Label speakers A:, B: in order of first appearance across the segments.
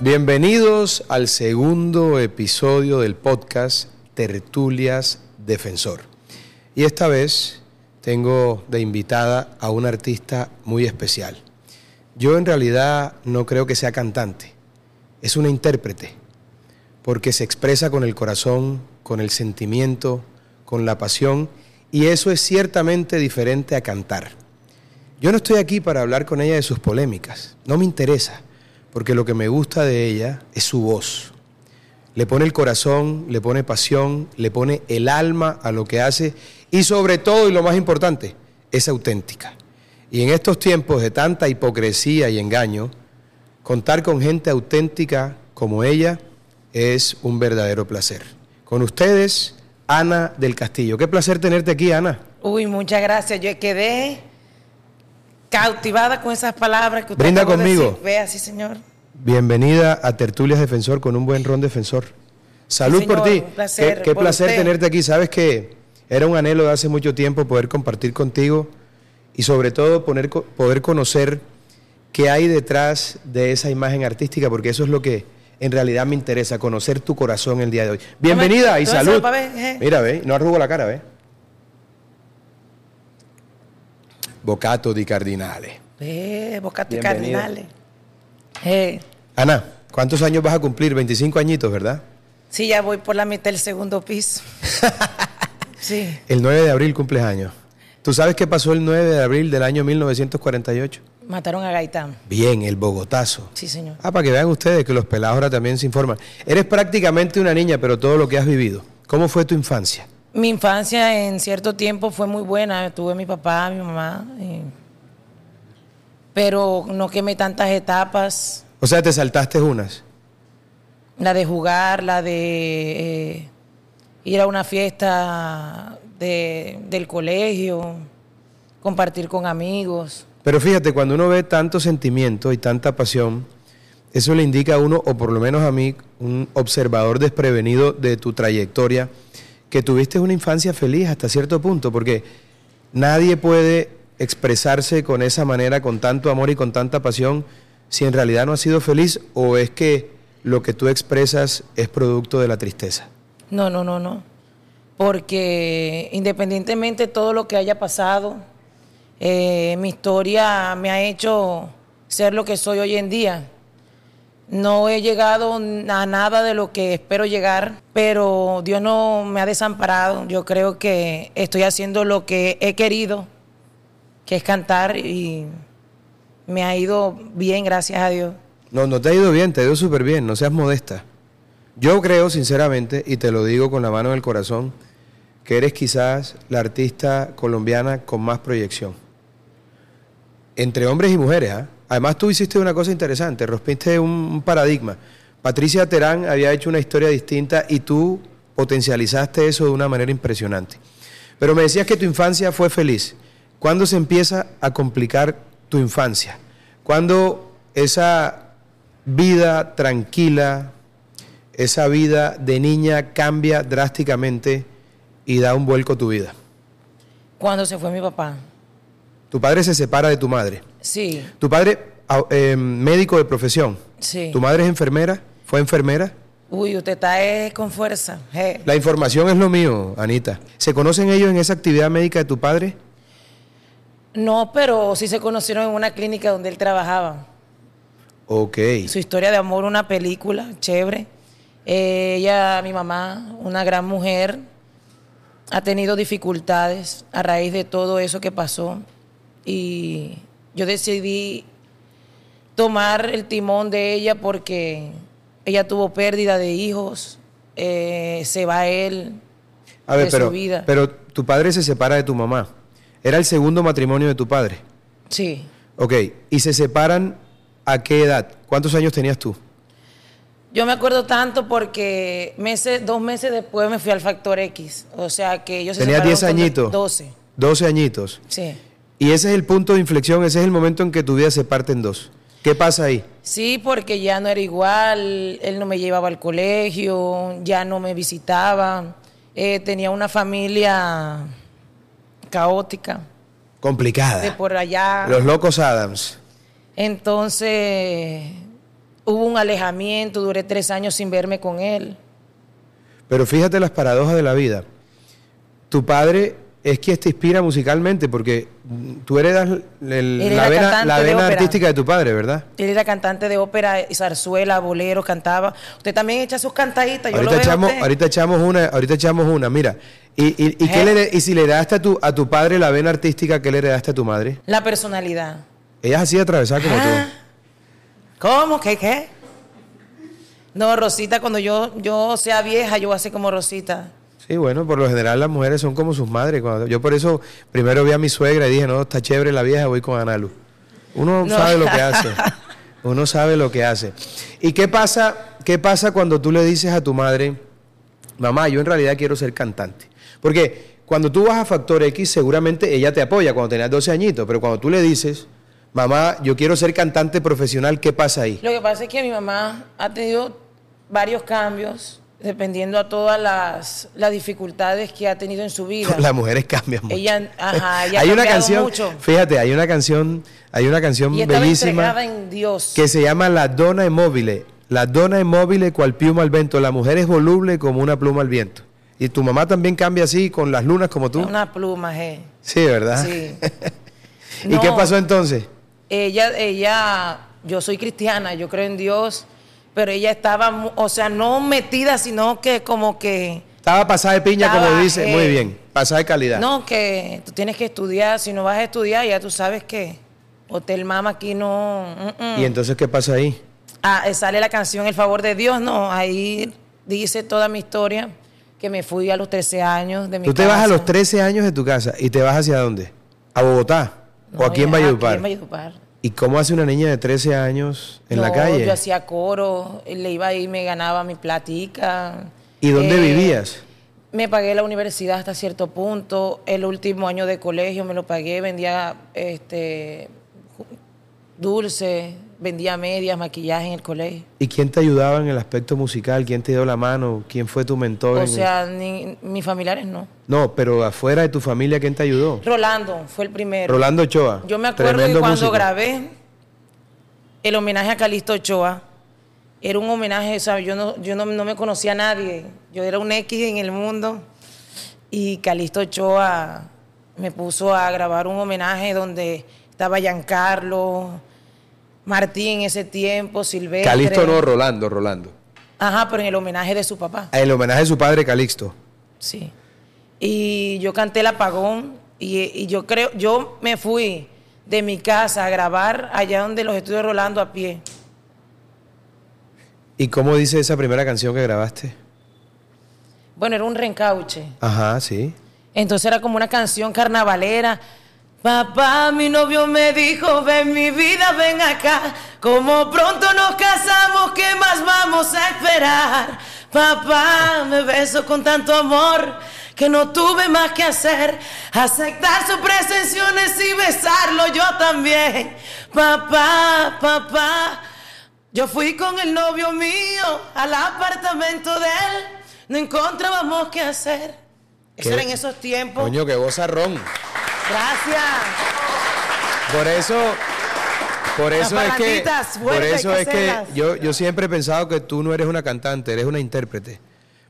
A: Bienvenidos al segundo episodio del podcast Tertulias Defensor. Y esta vez tengo de invitada a una artista muy especial. Yo en realidad no creo que sea cantante, es una intérprete, porque se expresa con el corazón, con el sentimiento, con la pasión, y eso es ciertamente diferente a cantar. Yo no estoy aquí para hablar con ella de sus polémicas, no me interesa porque lo que me gusta de ella es su voz. Le pone el corazón, le pone pasión, le pone el alma a lo que hace y sobre todo, y lo más importante, es auténtica. Y en estos tiempos de tanta hipocresía y engaño, contar con gente auténtica como ella es un verdadero placer. Con ustedes, Ana del Castillo. Qué placer tenerte aquí, Ana.
B: Uy, muchas gracias. Yo quedé cautivada con esas palabras que usted
A: Brinda
B: acabó de
A: conmigo.
B: decir. Vea, sí, señor.
A: Bienvenida a Tertulias Defensor con un buen ron defensor. Salud
B: Sí,
A: por
B: señor,
A: ti.
B: un placer,
A: qué qué
B: por
A: placer
B: usted.
A: tenerte aquí. Sabes que era un anhelo de hace mucho tiempo poder compartir contigo y sobre todo poner co- poder conocer qué hay detrás de esa imagen artística, porque eso es lo que en realidad me interesa, conocer tu corazón el día de hoy. Bienvenida y
B: ¿dónde se
A: salud.
B: lo va a ver, eh?
A: Mira, ve, no arrugo la cara, ve. Bocato di Cardinale.
B: Eh, Bocato y
A: Bienvenida.
B: Cardinales. Eh,
A: Ana, ¿cuántos años vas a cumplir? 25 añitos, ¿verdad?
B: sí, ya voy por la mitad del segundo piso. sí.
A: El 9 de abril cumpleaños. ¿Tú sabes qué pasó el 9 de abril del año 1948?
B: Mataron a Gaitán.
A: Bien, el Bogotazo.
B: Sí, señor.
A: Ah, para que vean ustedes que los pelados ahora también se informan. Eres prácticamente una niña, pero todo lo que has vivido. ¿Cómo fue tu infancia?
B: Mi infancia en cierto tiempo fue muy buena. Tuve a mi papá, a mi mamá. eh, pero no quemé tantas etapas.
A: O sea, te saltaste unas.
B: La de jugar, la de eh, ir a una fiesta de- del colegio, compartir con amigos.
A: Pero fíjate, cuando uno ve tanto sentimiento y tanta pasión, eso le indica a uno, o por lo menos a mí, un observador desprevenido de tu trayectoria, que tuviste una infancia feliz hasta cierto punto, porque nadie puede expresarse con esa manera, con tanto amor y con tanta pasión, si en realidad no ha sido feliz o es que lo que tú expresas es producto de la tristeza.
B: No, no, no, no. Porque independientemente de todo lo que haya pasado, eh, mi historia me ha hecho ser lo que soy hoy en día. No he llegado a nada de lo que espero llegar, pero Dios no me ha desamparado. Yo creo que estoy haciendo lo que he querido, que es cantar, y me ha ido bien, gracias a Dios.
A: No, no te ha ido bien, te ha ido súper bien, no seas modesta. Yo creo, sinceramente, y te lo digo con la mano del corazón, que eres quizás la artista colombiana con más proyección. Entre hombres y mujeres, ¿ah? Además, tú hiciste una cosa interesante, rompiste un, un paradigma. Patricia Terán había hecho una historia distinta y tú potencializaste eso de una manera impresionante. Pero me decías que tu infancia fue feliz. ¿Cuándo se empieza a complicar tu infancia? ¿Cuándo esa vida tranquila, esa vida de niña cambia drásticamente y da un vuelco a tu vida?
B: Cuando se fue mi papá,
A: Tu padre se separa de tu madre.
B: sí,
A: Tu padre, au- eh, médico de profesión.
B: sí.
A: Tu madre es enfermera, fue enfermera.
B: Uy, usted está eh, con fuerza. eh.
A: La información es lo mío, Anita. ¿Se conocen ellos en esa actividad médica de tu padre?
B: No, pero sí se conocieron en una clínica donde él trabajaba.
A: Ok.
B: Su historia de amor, una película, chévere. Eh, ella, mi mamá, una gran mujer, ha tenido dificultades a raíz de todo eso que pasó. Y yo decidí tomar el timón de ella porque ella tuvo pérdida de hijos, eh, se va él.
A: A ver,
B: de su
A: pero,
B: vida.
A: pero tu padre se separa de tu mamá. Era el segundo matrimonio de tu padre.
B: Sí.
A: Ok. ¿Y se separan a qué edad? ¿Cuántos años tenías tú?
B: Yo me acuerdo tanto porque meses, dos meses después me fui al Factor X. O sea que yo
A: Tenías 10 añitos.
B: 12.
A: 12 añitos.
B: Sí.
A: Y ese es el punto de inflexión, ese es el momento en que tu vida se parte en dos. ¿Qué pasa ahí?
B: Sí, porque ya no era igual, él no me llevaba al colegio, ya no me visitaba, eh, tenía una familia caótica
A: Complicada.
B: de por allá.
A: Los locos Adams.
B: Entonces, Hubo un alejamiento, duré tres años sin verme con él.
A: Pero fíjate las paradojas de la vida. Tu padre es quien te inspira musicalmente, porque tú heredas el-
B: Él
A: la
B: era
A: vena,
B: cantante
A: la
B: de
A: vena
B: ópera.
A: artística de tu padre, ¿verdad?
B: Él era cantante de ópera, y zarzuela, bolero, cantaba. Usted también echa sus cantaditas, yo
A: Ahorita
B: lo veo a
A: echamos,
B: usted.
A: ahorita echamos una, ahorita echamos una, mira. ¿Y, y, y qué
B: ¿Eh?
A: le- y si le heredaste a tu, a tu padre la vena artística, qué le heredaste a tu madre?
B: La personalidad.
A: Ella es así de atravesada como
B: Ah,
A: tú.
B: ¿Cómo? ¿Qué qué? No, Rosita, cuando yo, yo sea vieja, yo voy a ser como Rosita.
A: Sí, bueno, por lo general las mujeres son como sus madres. Cuando- yo por eso primero vi a mi suegra y dije, no, está chévere la vieja, voy con Analu. Uno
B: No.
A: sabe lo que hace. Uno sabe lo que hace. ¿Y qué pasa, qué pasa cuando tú le dices a tu madre, mamá, yo en realidad quiero ser cantante? Porque cuando tú vas a Factor X, seguramente ella te apoya cuando tenías 12 añitos, pero cuando tú le dices, mamá, yo quiero ser cantante profesional, ¿qué pasa ahí?
B: Lo que pasa es que mi mamá ha tenido varios cambios, dependiendo a todas las, las dificultades que ha tenido en su vida.
A: Las mujeres cambian mucho.
B: Ella- ajá, ella ha
A: hay una
B: cambiado
A: canción,
B: mucho.
A: fíjate, hay una canción, hay una canción
B: y estaba entregada
A: bellísima
B: en Dios.
A: que se llama La dona inmóvil. La dona inmóvil cual pluma al viento. La mujer es voluble como una pluma al viento. Y tu mamá también cambia así con las lunas como tú.
B: Unas plumas, eh.
A: Sí, ¿verdad?
B: Sí.
A: Ah. ¿Y qué
B: No.
A: pasó entonces?
B: ella, ella, yo soy cristiana, yo creo en Dios, pero ella estaba, mu- o sea, no metida, sino que como que,
A: Estaba pasada de piña, como
B: Estaba,
A: dice.
B: eh,
A: Muy bien, pasada de calidad.
B: no, que tú tienes que estudiar, si no vas a estudiar, ya tú sabes que Hotel Mama aquí no... mm, mm.
A: ¿Y entonces qué pasa ahí?
B: Ah, eh, sale la canción El favor de Dios, no, ahí dice toda mi historia, que me fui a los 13 años de mi
A: Tú te vas a
B: casa.
A: los 13 años de tu casa y te vas hacia dónde? ¿A Bogotá?
B: No,
A: ¿O aquí en
B: ya,
A: Valledupar?
B: en Valledupar.
A: ¿Y cómo hace una niña de 13 años en la
B: No,
A: calle?
B: Yo hacía coro, le iba y me ganaba mi platica.
A: ¿Y dónde
B: Eh,
A: vivías?
B: Me pagué la universidad hasta cierto punto. El último año de colegio me lo pagué, vendía este ju- dulce, vendía medias, maquillaje en el colegio.
A: ¿Y quién te ayudaba en el aspecto musical? ¿Quién te dio la mano? ¿Quién fue tu mentor? en
B: O
A: el-
B: sea, ni- mis familiares no.
A: No, pero afuera de tu familia, ¿quién te ayudó?
B: Rolando fue el primero.
A: Rolando Ochoa.
B: Yo me acuerdo que
A: tremendo
B: cuando
A: músico.
B: grabé el homenaje a Calixto Ochoa, era un homenaje, o sea, yo no, yo no, no me conocía a nadie. Yo era un X en el mundo. Y Calixto Ochoa me puso a grabar un homenaje donde estaba Giancarlo, Martín en ese tiempo, Silvestre.
A: Calixto no, Rolando, Rolando.
B: Ajá, pero en el homenaje de su papá.
A: El homenaje de su padre, Calixto.
B: Sí. Y yo canté el apagón y, y yo creo, yo me fui de mi casa a grabar allá donde los estudios Rolando a pie.
A: ¿Y cómo dice esa primera canción que grabaste?
B: Bueno, era un reencauche.
A: Ajá, sí.
B: Entonces era como una canción carnavalera. Papá, mi novio me dijo, ven mi vida, ven acá. Como pronto nos casamos, ¿qué más vamos a esperar? Papá, me beso con tanto amor que no tuve más que hacer. Aceptar sus presenciones y besarlo yo también. Papá, papá, yo fui con el novio mío al apartamento de él. No encontrábamos qué hacer. Eso
A: Qué-
B: era en esos tiempos.
A: Coño, que voz arrón.
B: Gracias.
A: Por eso, por
B: Las
A: eso es que,
B: parranditas,
A: por
B: vuelve,
A: eso
B: hay que
A: es que
B: hacerlas.
A: yo, yo siempre he pensado que tú no eres una cantante, eres una intérprete.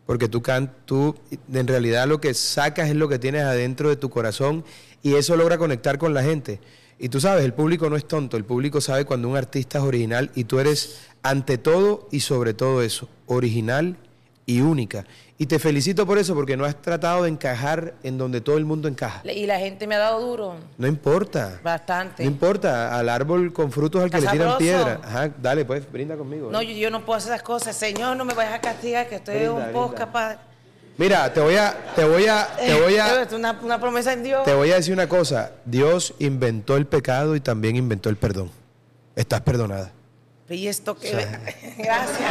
A: Porque tú, can, tú en realidad lo que sacas es lo que tienes adentro de tu corazón y eso logra conectar con la gente. Y tú sabes, el público no es tonto, el público sabe cuando un artista es original y tú eres ante todo y sobre todo eso, original y única. Y te felicito por eso porque no has tratado de encajar en donde todo el mundo encaja.
B: Le- Y la gente me ha dado duro.
A: No importa.
B: Bastante.
A: No importa, al árbol con frutos al que
B: Está
A: le tiran
B: sabroso.
A: piedra. Ajá, dale, pues, brinda conmigo.
B: No, yo, yo no puedo hacer esas cosas. Señor, no me vayas a castigar, que estoy
A: Brinda,
B: un
A: brinda.
B: poco capaz.
A: Mira, te voy a, te voy a, te voy
B: Eh,
A: a,
B: es una, una promesa en Dios.
A: te voy a decir una cosa. Dios inventó el pecado y también inventó el perdón. Estás perdonada.
B: Y esto que.
A: O
B: Gracias.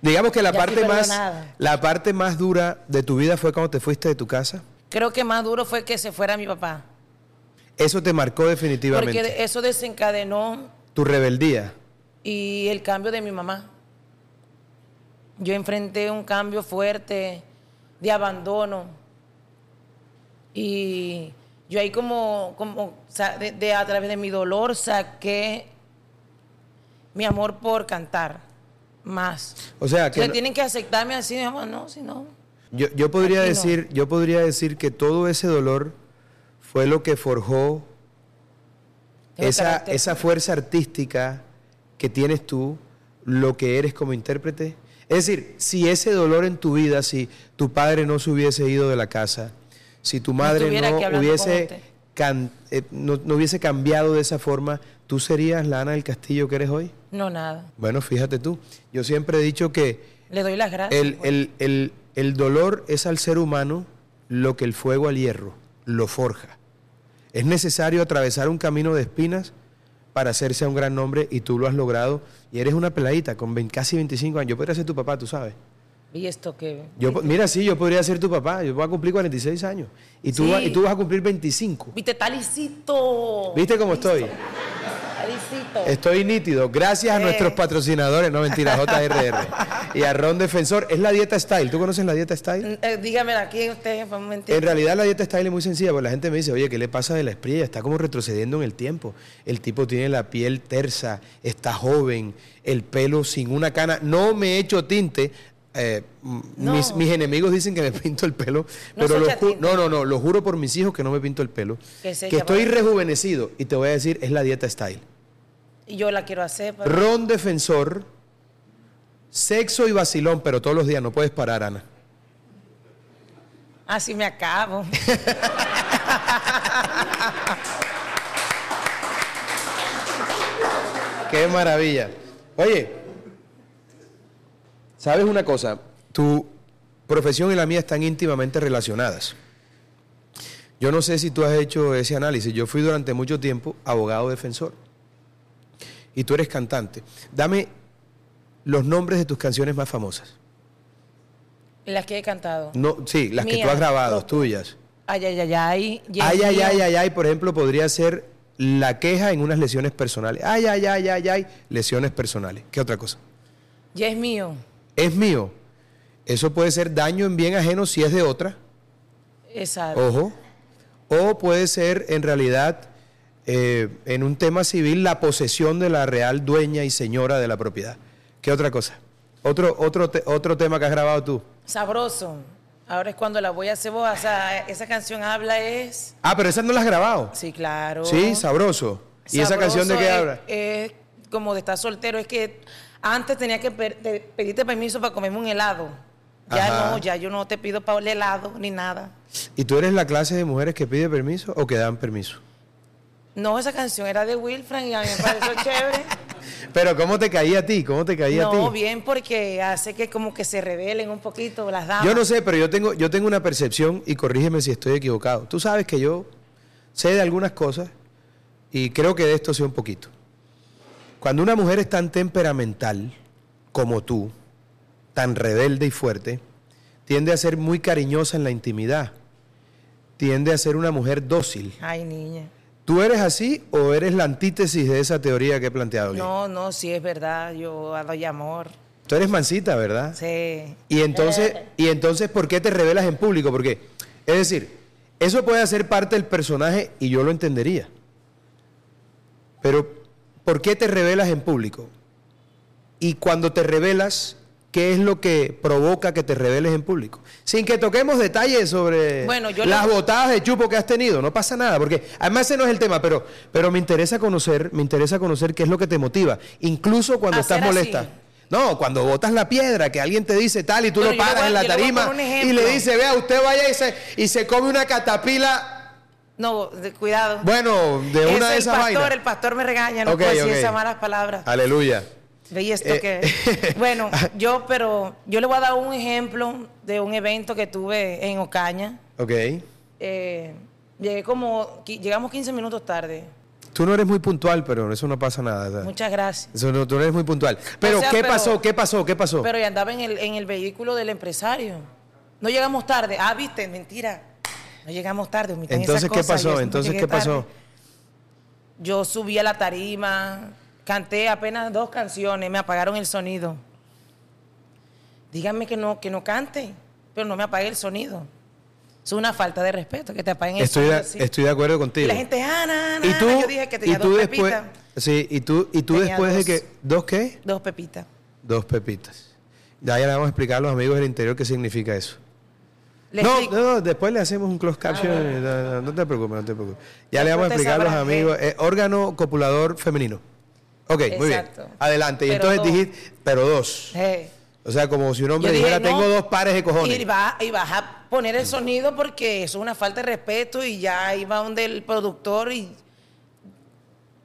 A: Digamos que la
B: Ya
A: parte
B: fui
A: más,
B: perdonada.
A: la parte más dura de tu vida fue cuando te fuiste de tu casa.
B: Creo que más duro fue que se fuera mi papá.
A: Eso te marcó definitivamente.
B: Porque eso desencadenó
A: Tu rebeldía.
B: y el cambio de mi mamá. Yo enfrenté un cambio fuerte de abandono y Yo ahí como, como sa- de- de a través de mi dolor saqué mi amor por cantar más.
A: O sea, que
B: Entonces
A: no-
B: tienen que aceptarme así, mi amor, no, si no.
A: yo, yo podría
B: Aquí no.
A: decir, yo podría decir que todo ese dolor fue lo que forjó
B: tengo
A: esa,
B: carácter.
A: esa fuerza artística que tienes tú, lo que eres como intérprete. Es decir, si ese dolor en tu vida, si tu padre no se hubiese ido de la casa, si tu madre
B: estuviera aquí
A: no
B: hablando con
A: hubiese,
B: usted.
A: can- eh, no, no hubiese cambiado de esa forma, ¿tú serías la Ana del Castillo que eres hoy?
B: No, nada.
A: Bueno, fíjate tú. Yo siempre he dicho que
B: Le doy las gracias.
A: el,
B: pues.
A: el- el- el dolor es al ser humano lo que el fuego al hierro lo forja. Es necesario atravesar un camino de espinas para hacerse un gran nombre y tú lo has logrado. Y eres una peladita con vein- casi 25 años. Yo podría ser tu papá, tú sabes.
B: Y esto que.
A: Yo, po- mira, sí, yo podría ser tu papá. Yo voy a cumplir 46 años. Y tú,
B: Sí.
A: vas, y tú vas a cumplir 25.
B: Viste, está lisito.
A: ¿Viste cómo
B: Listo,
A: estoy?
B: Está lisito.
A: Estoy nítido. Gracias a
B: Eh.
A: nuestros patrocinadores, no mentira, JRR. y a Ron Defensor. Es la dieta Style. ¿Tú conoces la dieta Style?
B: Eh, dígamela aquí ustedes, para un
A: En
B: mentir.
A: realidad la dieta style es muy sencilla, porque la gente me dice, oye, ¿qué le pasa de la espriella? Está como retrocediendo en el tiempo. El tipo tiene la piel tersa, está joven, el pelo sin una cana. No me he hecho tinte. Eh, m-
B: No.
A: mis, mis enemigos dicen que me pinto el pelo,
B: No
A: pero
B: se
A: lo
B: echa
A: ju-
B: tinte.
A: no, no, no, lo juro por mis hijos que no me pinto el pelo.
B: Que se
A: que
B: llama-
A: estoy rejuvenecido y te voy a decir, es la dieta style.
B: Y yo la quiero hacer. para-
A: Ron defensor, sexo y vacilón, pero todos los días no puedes parar, Ana.
B: Así ah, me acabo.
A: Qué maravilla. Oye, ¿sabes una cosa? Tu profesión y la mía están íntimamente relacionadas. Yo no sé si tú has hecho ese análisis. Yo fui durante mucho tiempo abogado defensor. Y tú eres cantante. Dame los nombres de tus canciones más famosas.
B: Y las que he cantado.
A: No, sí, las que tú
B: Mía,
A: has grabado,
B: propia.
A: tuyas.
B: Ay, ay, ay, ay. y el
A: Ay, ay,
B: mío,
A: ay, ay, ay, por ejemplo, podría ser la queja en unas lesiones personales. Ay, ay, ay, ay, ay, lesiones personales. ¿Qué otra cosa?
B: Ya es mío.
A: es mío. Eso puede ser daño en bien ajeno si es de otra,
B: Exacto.
A: ojo. O puede ser en realidad, eh, en un tema civil, la posesión de la real dueña y señora de la propiedad. ¿Qué otra cosa? Otro, otro, te- otro tema que has grabado tú.
B: Sabroso. Ahora es cuando la voy a hacer vos. O sea, esa canción habla es.
A: Ah, pero esa no la has grabado.
B: Sí, claro.
A: Sí, sabroso. ¿Y esa
B: Sabroso
A: canción de qué
B: es-
A: habla?
B: Es como de estar soltero. Es que antes tenía que per- te- pedirte permiso para comerme un helado. Ya
A: Ajá.
B: no, ya yo no te pido para el helado ni nada.
A: ¿Y tú eres la clase de mujeres que pide permiso o que dan permiso?
B: No, esa canción era de Wilfran y a mí me pareció chévere.
A: Pero ¿cómo te caía a ti? ¿Cómo te caía a ti?
B: No, bien, porque hace que como que se rebelen un poquito las damas.
A: Yo no sé, pero yo tengo, yo tengo una percepción y corrígeme si estoy equivocado. Tú sabes que yo sé de algunas cosas y creo que de esto sé un poquito. Cuando una mujer es tan temperamental como tú, tan rebelde y fuerte, tiende a ser muy cariñosa en la intimidad, tiende a ser una mujer dócil.
B: Ay, niña.
A: ¿Tú eres así o eres la antítesis de esa teoría que he planteado? aquí?
B: No, no, sí es verdad. Yo doy amor.
A: Tú eres mansita, ¿verdad?
B: Sí.
A: Y entonces, y entonces, ¿por qué te revelas en público? Porque, es decir, eso puede ser parte del personaje y yo lo entendería. Pero, ¿por qué te revelas en público? Y cuando te revelas, ¿qué es lo que provoca que te reveles en público? Sin que toquemos detalles sobre
B: Bueno, yo
A: las
B: lo-
A: botadas de chupo que has tenido, no pasa nada, porque además ese no es el tema, pero, pero me interesa conocer, me interesa conocer qué es lo que te motiva, incluso cuando
B: Hacer
A: estás molesta.
B: así.
A: No, cuando botas la piedra, que alguien te dice tal y tú
B: Bueno,
A: lo
B: yo le
A: paras
B: voy a-
A: en la
B: yo le voy a
A: tarima
B: poner un
A: y le
B: ejemplo.
A: dice, vea, usted vaya y se, y se come una catapila,
B: No, de- cuidado.
A: bueno, de
B: Es
A: una de
B: el
A: esas
B: pastor,
A: vainas.
B: El pastor me regaña, no
A: Ok,
B: puedo decir
A: ok.
B: esas malas palabras.
A: Aleluya.
B: Veía esto
A: Eh,
B: que. Bueno, yo, pero yo le voy a dar un ejemplo de un evento que tuve en Ocaña.
A: Ok.
B: Eh, llegué como. qui- Llegamos 15 minutos tarde.
A: Tú no eres muy puntual, pero eso no pasa nada. ¿verdad?
B: Muchas gracias.
A: Eso no, tú no eres muy puntual. Pero,
B: O sea,
A: ¿qué
B: pero-
A: pasó? ¿Qué pasó? ¿Qué pasó?
B: Pero ya andaba en el, en el vehículo del empresario. No llegamos tarde. Ah, viste, mentira. No llegamos tarde. omitan esas
A: Entonces, ¿qué
B: cosas. Yo
A: pasó?
B: no
A: Entonces,
B: llegué
A: ¿qué
B: tarde.
A: pasó?
B: Yo subí a la tarima, canté apenas dos canciones, me apagaron el sonido. Díganme que no, que no cante, pero no me apague el sonido. Es una falta de respeto que te apaguen el
A: Estoy de,
B: carro así.
A: estoy de acuerdo
B: Y
A: contigo.
B: la gente, ah, na, na,
A: y tú,
B: yo dije que tenía
A: y tú
B: dos
A: después,
B: pepitas.
A: sí, y tú, y tú
B: Tenía
A: después de
B: dos.
A: que, ¿dos qué?
B: Dos pepitas.
A: Dos pepitas. Ya, ya le vamos a explicar a los amigos del interior qué significa eso.
B: Le
A: no,
B: explico- Ah,
A: no, no, después le hacemos un close caption. eh, no, no, no te preocupes, no te preocupes. Ya le vamos a
B: Después te
A: explicar a los
B: sabrás,
A: amigos. eh, órgano copulador femenino. Ok, muy bien.
B: Exacto.
A: Adelante. Y
B: Pero
A: entonces
B: dos.
A: dijiste, pero dos.
B: Eh.
A: O sea, como si un
B: Yo
A: hombre
B: dije,
A: dijera,
B: no.
A: tengo dos pares de cojones.
B: Y, va- y vas a poner el sonido porque eso es una falta de respeto y ya iba donde el productor y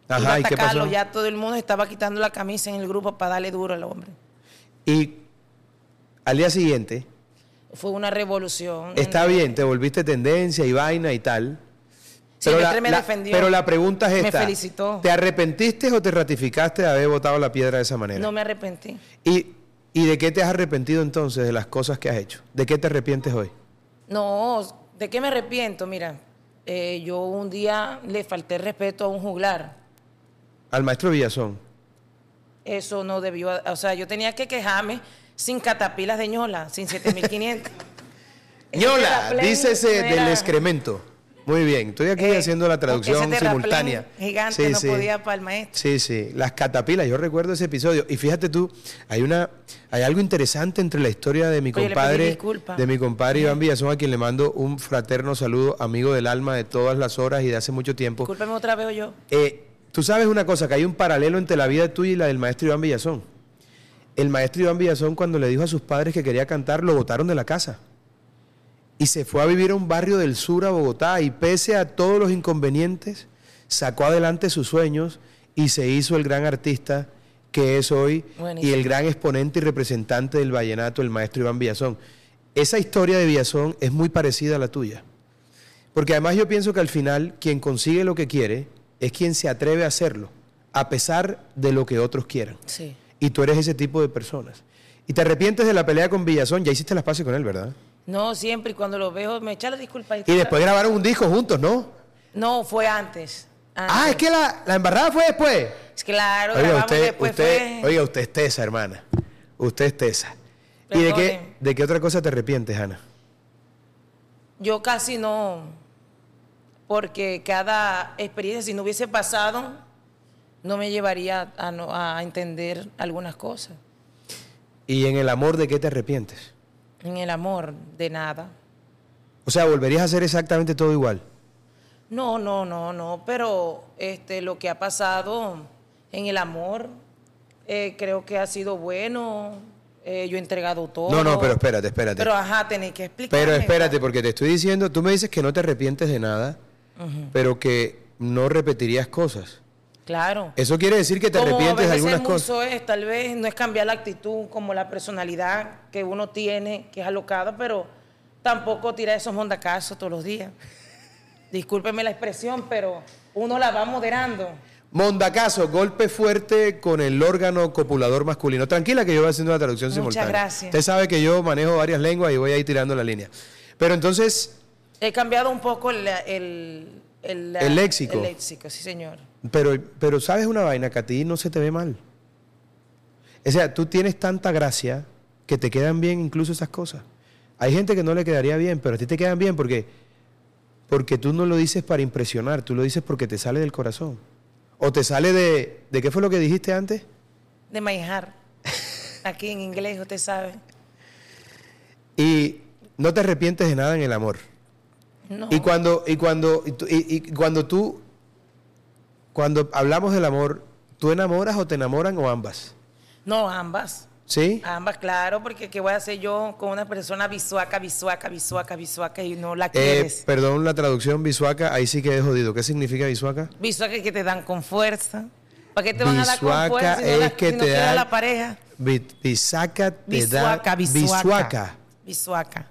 B: iba a
A: Ajá, ¿y qué
B: atacarlo.
A: pasó?
B: Ya todo el mundo estaba quitando la camisa en el grupo para darle duro al hombre.
A: Y al día siguiente,
B: Fue una revolución.
A: está bien, te volviste tendencia y vaina y tal.
B: Sí, Mestre me defendió.
A: pero la pregunta es
B: Me
A: esta.
B: felicitó.
A: ¿Te arrepentiste o te ratificaste de haber botado la piedra de esa manera?
B: No me arrepentí.
A: ¿Y, ¿Y de qué te has arrepentido entonces de las cosas que has hecho? ¿De qué te arrepientes hoy?
B: No, ¿de qué me arrepiento? Mira, eh, yo un día le falté respeto a un juglar.
A: Al maestro Villazón.
B: Eso no debió. O sea, yo tenía que quejarme sin catapilas de ñola, sin 7500. Ese
A: Ñola,
B: terraplén
A: dícese
B: no
A: del
B: era-
A: excremento. Muy bien, estoy aquí
B: Eh,
A: haciendo la
B: ese
A: traducción
B: terraplén
A: simultánea.
B: Gigante,
A: Sí,
B: no
A: sí.
B: podía para el maestro.
A: Sí, sí, las catapilas, yo recuerdo ese episodio. Y fíjate tú, hay una, hay algo interesante entre la historia de mi
B: Oye, le pedí
A: compadre,
B: disculpa.
A: de mi compadre Iván Villazón, a quien le mando un fraterno saludo, amigo del alma de todas las horas y de hace mucho tiempo.
B: Discúlpeme otra vez o yo.
A: Eh, tú sabes una cosa, que hay un paralelo entre la vida tuya y la del maestro Iván Villazón. El maestro Iván Villazón, cuando le dijo a sus padres que quería cantar, lo botaron de la casa. Y se fue a vivir a un barrio del sur a Bogotá y pese a todos los inconvenientes, sacó adelante sus sueños y se hizo el gran artista que es hoy
B: Buenísimo.
A: y el gran exponente y representante del vallenato, el maestro Iván Villazón. Esa historia de Villazón es muy parecida a la tuya. Porque además yo pienso que al final quien consigue lo que quiere es quien se atreve a hacerlo, a pesar de lo que otros quieran.
B: Sí.
A: Y tú eres ese tipo de personas. Y te arrepientes de la pelea con Villazón, ya hiciste las paces con él, ¿verdad?
B: No, siempre y cuando lo veo, me echa la disculpa.
A: Y después grabaron un disco juntos, ¿no?
B: No, fue antes. antes.
A: Ah, es que la, la embarrada fue después.
B: Claro,
A: Oiga,
B: grabamos
A: usted,
B: después.
A: usted,
B: fue-
A: oiga, usted es tesa, hermana. Usted es tesa. ¿Y de qué,
B: Perdone.
A: de qué otra cosa te arrepientes, Ana?
B: Yo casi no, porque cada experiencia, si no hubiese pasado, no me llevaría a, no- a entender algunas cosas.
A: ¿Y en el amor de qué te arrepientes?
B: En el amor, de nada.
A: O sea, volverías a hacer exactamente todo igual.
B: No, no, no, no, pero este, lo que ha pasado en el amor, eh, creo que ha sido bueno. eh, yo he entregado todo.
A: No, no, pero espérate, espérate.
B: Pero ajá, tenéis que explicar.
A: Pero espérate, porque te estoy diciendo, tú me dices que no te arrepientes de nada, pero que no repetirías cosas.
B: Claro.
A: Eso quiere decir que te
B: Como a
A: arrepientes de
B: veces
A: algunas
B: muy
A: cosas.
B: soez, tal vez no es cambiar la actitud, como la personalidad que uno tiene, que es alocada, pero tampoco tirar esos mondacazos todos los días. Discúlpeme la expresión, pero uno la va moderando.
A: Mondacazo, golpe fuerte con el órgano copulador masculino. Tranquila que yo voy haciendo la traducción
B: Muchas
A: simultánea.
B: gracias.
A: Usted sabe que yo manejo varias lenguas y voy ahí tirando la línea. Pero entonces,
B: He cambiado un poco el, el, el-
A: El léxico.
B: El léxico, sí, señor.
A: pero, pero sabes una vaina que a ti no se te ve mal. O sea, tú tienes tanta gracia que te quedan bien incluso esas cosas. Hay gente que no le quedaría bien, pero a ti te quedan bien porque, porque tú no lo dices para impresionar, tú lo dices porque te sale del corazón. O te sale de... ¿De qué fue lo que dijiste antes?
B: De manejar. Aquí en inglés, usted sabe.
A: Y no te arrepientes de nada en el amor.
B: No.
A: Y cuando, y cuando, y, tú- y- y cuando tú, cuando hablamos del amor, ¿tú enamoras o te enamoran o ambas?
B: No, ambas.
A: ¿Sí?
B: Ambas, claro, porque ¿qué voy a hacer yo con una persona visuaca, visuaca, visuaca, visuaca y no la
A: Eh,
B: quieres?
A: perdón la traducción visuaca, ahí sí que es jodido. ¿Qué significa visuaca?
B: visuaca que te dan con fuerza. ¿Para qué te van a dar
A: Visuaca
B: con fuerza si no,
A: es
B: la,
A: que
B: si no
A: te
B: queda
A: dan-
B: la pareja?
A: Vi- Bisaca te da
B: Visuaca, visuaca.
A: visuaca.
B: Visuaca.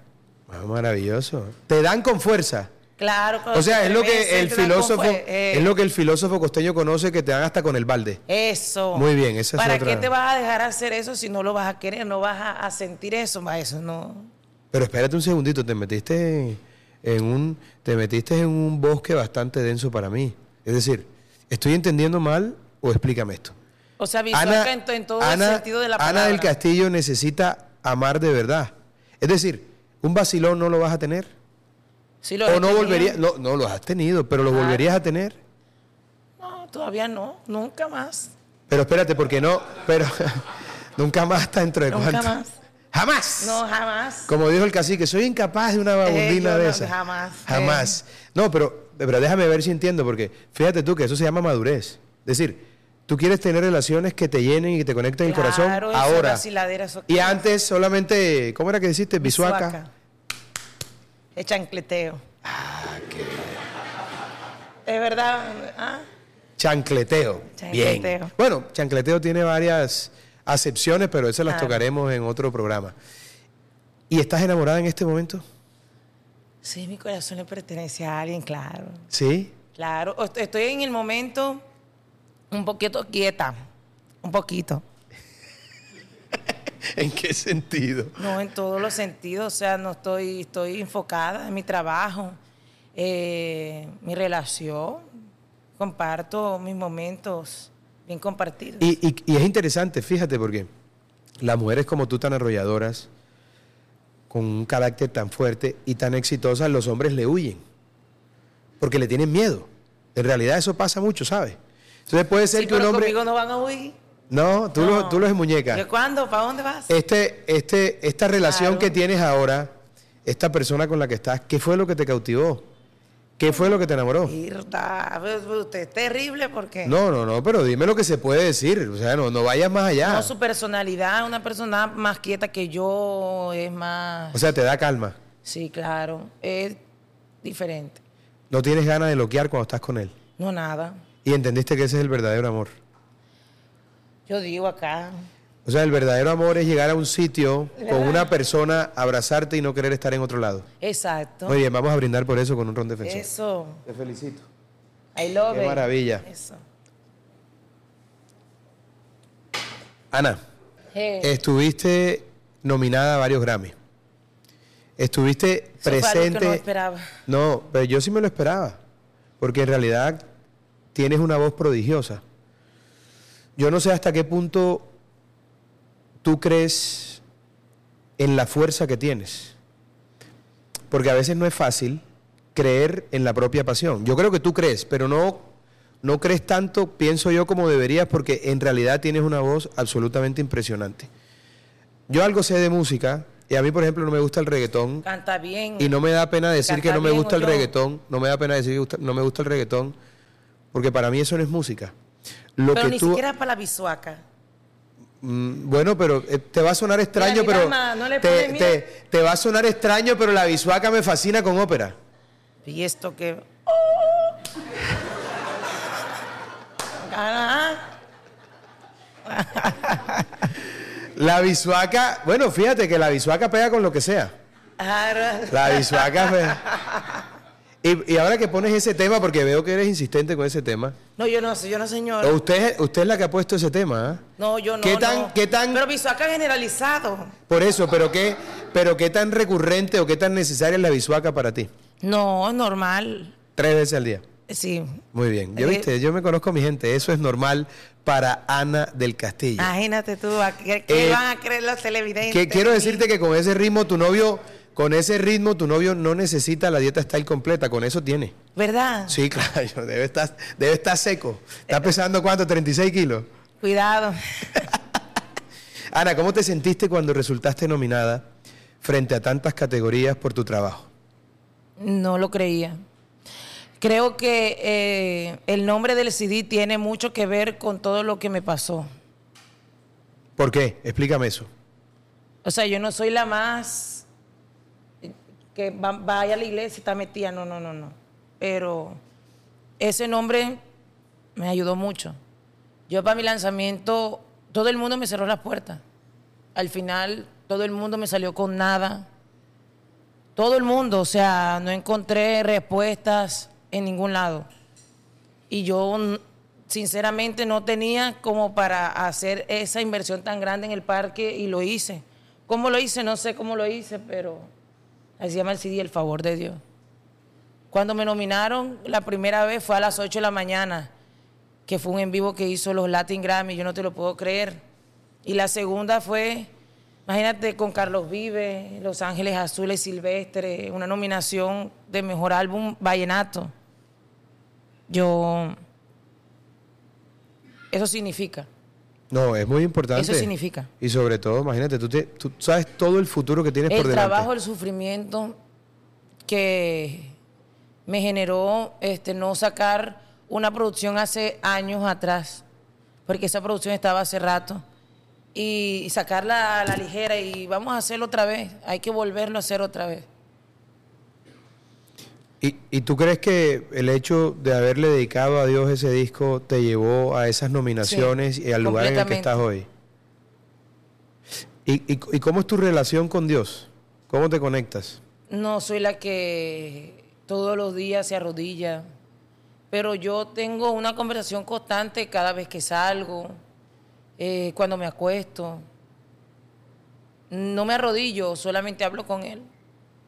A: Ah, maravilloso. Te dan con fuerza.
B: Claro.
A: O sea, es lo que el
B: veces Oh, te dan con
A: filósofo,
B: fuer- eh,
A: es lo que el filósofo costeño conoce que te dan hasta con el balde.
B: Eso.
A: Muy bien, esa es
B: ¿Para
A: otra-
B: qué te vas a dejar hacer eso si no lo vas a querer? No vas a, a sentir eso, ma, eso no.
A: Pero espérate un segundito, te metiste en un te metiste en un bosque bastante denso para mí. Es decir, ¿estoy entendiendo mal o explícame esto?
B: O sea, visuaca en, to- en todo
A: Ana-
B: el sentido de la
A: Ana
B: palabra.
A: del Castillo necesita amar de verdad. Es decir, un vacilón no lo vas a tener.
B: Sí los he
A: ¿O no
B: tenido.
A: volverías? No, no los has tenido, pero los
B: Claro.
A: volverías a tener.
B: No, todavía no, nunca más.
A: Pero espérate, porque no, pero nunca más está dentro de
B: Nunca
A: cuánto.
B: más.
A: ¡Jamás!
B: No, jamás.
A: Como dijo el cacique, soy incapaz de una
B: Eh,
A: vagabundina
B: yo
A: de
B: no,
A: esas.
B: jamás.
A: Jamás. No, pero, pero déjame ver si entiendo, porque fíjate tú que eso se llama madurez. Es decir, tú quieres tener relaciones que te llenen y que te conecten el corazón
B: Claro, eso,
A: ahora.
B: la siladera, eso
A: y
B: que-
A: antes solamente, ¿cómo era que dijiste? Bisuaca.
B: El chancleteo. Ah, qué. Es verdad. ¿ah?
A: Chancleteo.
B: Chancleteo.
A: Bien. Bueno, chancleteo tiene varias acepciones, pero esas las
B: Claro.
A: tocaremos en otro programa. ¿Y estás enamorada en este momento?
B: Sí, mi corazón le pertenece a alguien, claro.
A: Sí.
B: Claro. O est- Estoy en el momento un poquito quieta. Un poquito.
A: ¿En qué sentido?
B: No, en todos los sentidos. O sea, no estoy, estoy enfocada en mi trabajo, eh, mi relación. Comparto mis momentos bien compartidos.
A: Y, y- y es interesante, fíjate, porque las mujeres como tú tan arrolladoras, con un carácter tan fuerte y tan exitosas, los hombres le huyen, porque le tienen miedo. En realidad eso pasa mucho, ¿sabes? Entonces puede ser
B: Sí,
A: que un
B: pero
A: hombre...
B: conmigo no van a huir.
A: No, tú, Los,
B: No.
A: tú los muñecas.
B: ¿De cuándo? ¿Para dónde vas?
A: Este, este, esta relación
B: Claro.
A: que tienes ahora, esta persona con la que estás, ¿qué fue lo que te cautivó? ¿Qué fue lo que te enamoró?
B: Irda, pues, usted es terrible porque
A: No, no, no, pero dime lo que se puede decir. O sea, no, no vayas más allá.
B: No, su personalidad es una persona más quieta que yo, es más...
A: O sea, te da calma.
B: sí, claro, es diferente.
A: No tienes ganas de loquear cuando estás con él.
B: No nada.
A: Y entendiste que ese es el verdadero amor.
B: Yo digo acá,
A: O sea, el verdadero amor es llegar a un sitio con una persona, abrazarte y no querer estar en otro lado.
B: exacto.
A: Muy bien, vamos a brindar por eso con un ron defensor.
B: Eso,
A: Te felicito.
B: I love
A: Qué
B: it.
A: maravilla.
B: Eso.
A: Ana,
B: Eh,
A: estuviste nominada a varios Grammy. Estuviste
B: eso fue algo que
A: presente.
B: no esperaba.
A: No, pero yo sí me lo esperaba, porque en realidad tienes una voz prodigiosa. Yo no sé hasta qué punto tú crees en la fuerza que tienes, porque a veces no es fácil creer en la propia pasión. Yo creo que tú crees, pero no, no crees tanto, pienso yo, como deberías, porque en realidad tienes una voz absolutamente impresionante. Yo algo sé de música, y a mí, por ejemplo, no me gusta el reggaetón,
B: Canta bien.
A: y no me da pena decir que
B: Cantar
A: no me
B: bien,
A: gusta el
B: Ollón.
A: reggaetón, no me da pena decir que gusta- no me gusta el reggaetón, porque para mí eso no es música. Lo
B: pero
A: que
B: ni
A: tú,
B: siquiera para la bisuaca.
A: Mm, bueno, pero eh, te va a sonar extraño,
B: mi
A: pero
B: mamá, no le
A: te,
B: pone, mira.
A: te- te va a sonar extraño, pero la visuaca me fascina con ópera.
B: Y esto que... Ah,
A: La visuaca, bueno, fíjate que la visuaca pega con lo que sea.
B: ah,
A: La visuaca. fe- y, y ahora que pones ese tema, porque veo que eres insistente con ese tema.
B: No, yo no, soy- yo no, señor.
A: O Usted, usted es la que ha puesto ese tema, ¿ah?
B: No, yo no.
A: ¿Qué tan-
B: no.
A: qué tan-
B: Pero visuaca generalizado.
A: Por eso, pero qué, pero qué tan recurrente o qué tan necesaria es la visuaca para ti.
B: No, es normal.
A: Tres veces al día.
B: Sí.
A: Muy bien. Yo
B: Eh,
A: viste, yo me conozco a mi gente. Eso es normal para Ana del Castillo.
B: Imagínate tú, ¿a ¿qué, qué
A: Eh,
B: van a creer los televidentes?
A: Que quiero
B: de mí?
A: decirte que con ese ritmo tu novio, con ese ritmo tu novio no necesita la dieta style completa, con eso tiene.
B: ¿Verdad?
A: Sí, claro, debe estar, debe estar seco. ¿Está pesando cuánto? 36 kilos.
B: Cuidado.
A: Ana, ¿cómo te sentiste cuando resultaste nominada frente a tantas categorías por tu trabajo?
B: No lo creía. Creo que eh, el nombre del CD tiene mucho que ver con todo lo que me pasó.
A: ¿Por qué? Explícame eso.
B: O sea, yo no soy la más que va- vaya a la iglesia y está metida. No, no, no, no. Pero ese nombre me ayudó mucho. Yo para mi lanzamiento, todo el mundo me cerró las puertas. Al final, todo el mundo me salió con nada. Todo el mundo, o sea, no encontré respuestas en ningún lado. Y yo, mm, sinceramente, no tenía como para hacer esa inversión tan grande en el parque y lo hice. ¿Cómo lo hice? No sé cómo lo hice, pero así llama el CD, el favor de Dios. Cuando me nominaron la primera vez fue a las 8 de la mañana, que fue un en vivo que hizo los Latin Grammy, yo no te lo puedo creer. Y la segunda fue Imagínate con Carlos Vives, Los Ángeles Azules Silvestre, una nominación de mejor álbum vallenato. Yo. Eso significa.
A: No, es muy importante.
B: Eso significa.
A: Y sobre todo, imagínate, tú, te- tú sabes todo el futuro que tienes por
B: El
A: delante.
B: trabajo, el sufrimiento que me generó este, no sacar una producción hace años atrás, porque esa producción estaba hace rato, y sacarla a la ligera y vamos a hacerlo otra vez, hay que volverlo a hacer otra vez.
A: ¿Y, y tú crees que el hecho de haberle dedicado a Dios ese disco te llevó a esas nominaciones
B: Sí,
A: y al lugar en el que
B: completamente.
A: estás hoy? ¿Y, y, y cómo es tu relación con Dios? ¿Cómo te conectas?
B: No soy la que todos los días se arrodilla, pero yo tengo una conversación constante cada vez que salgo, eh, cuando me acuesto. No me arrodillo, solamente hablo con él.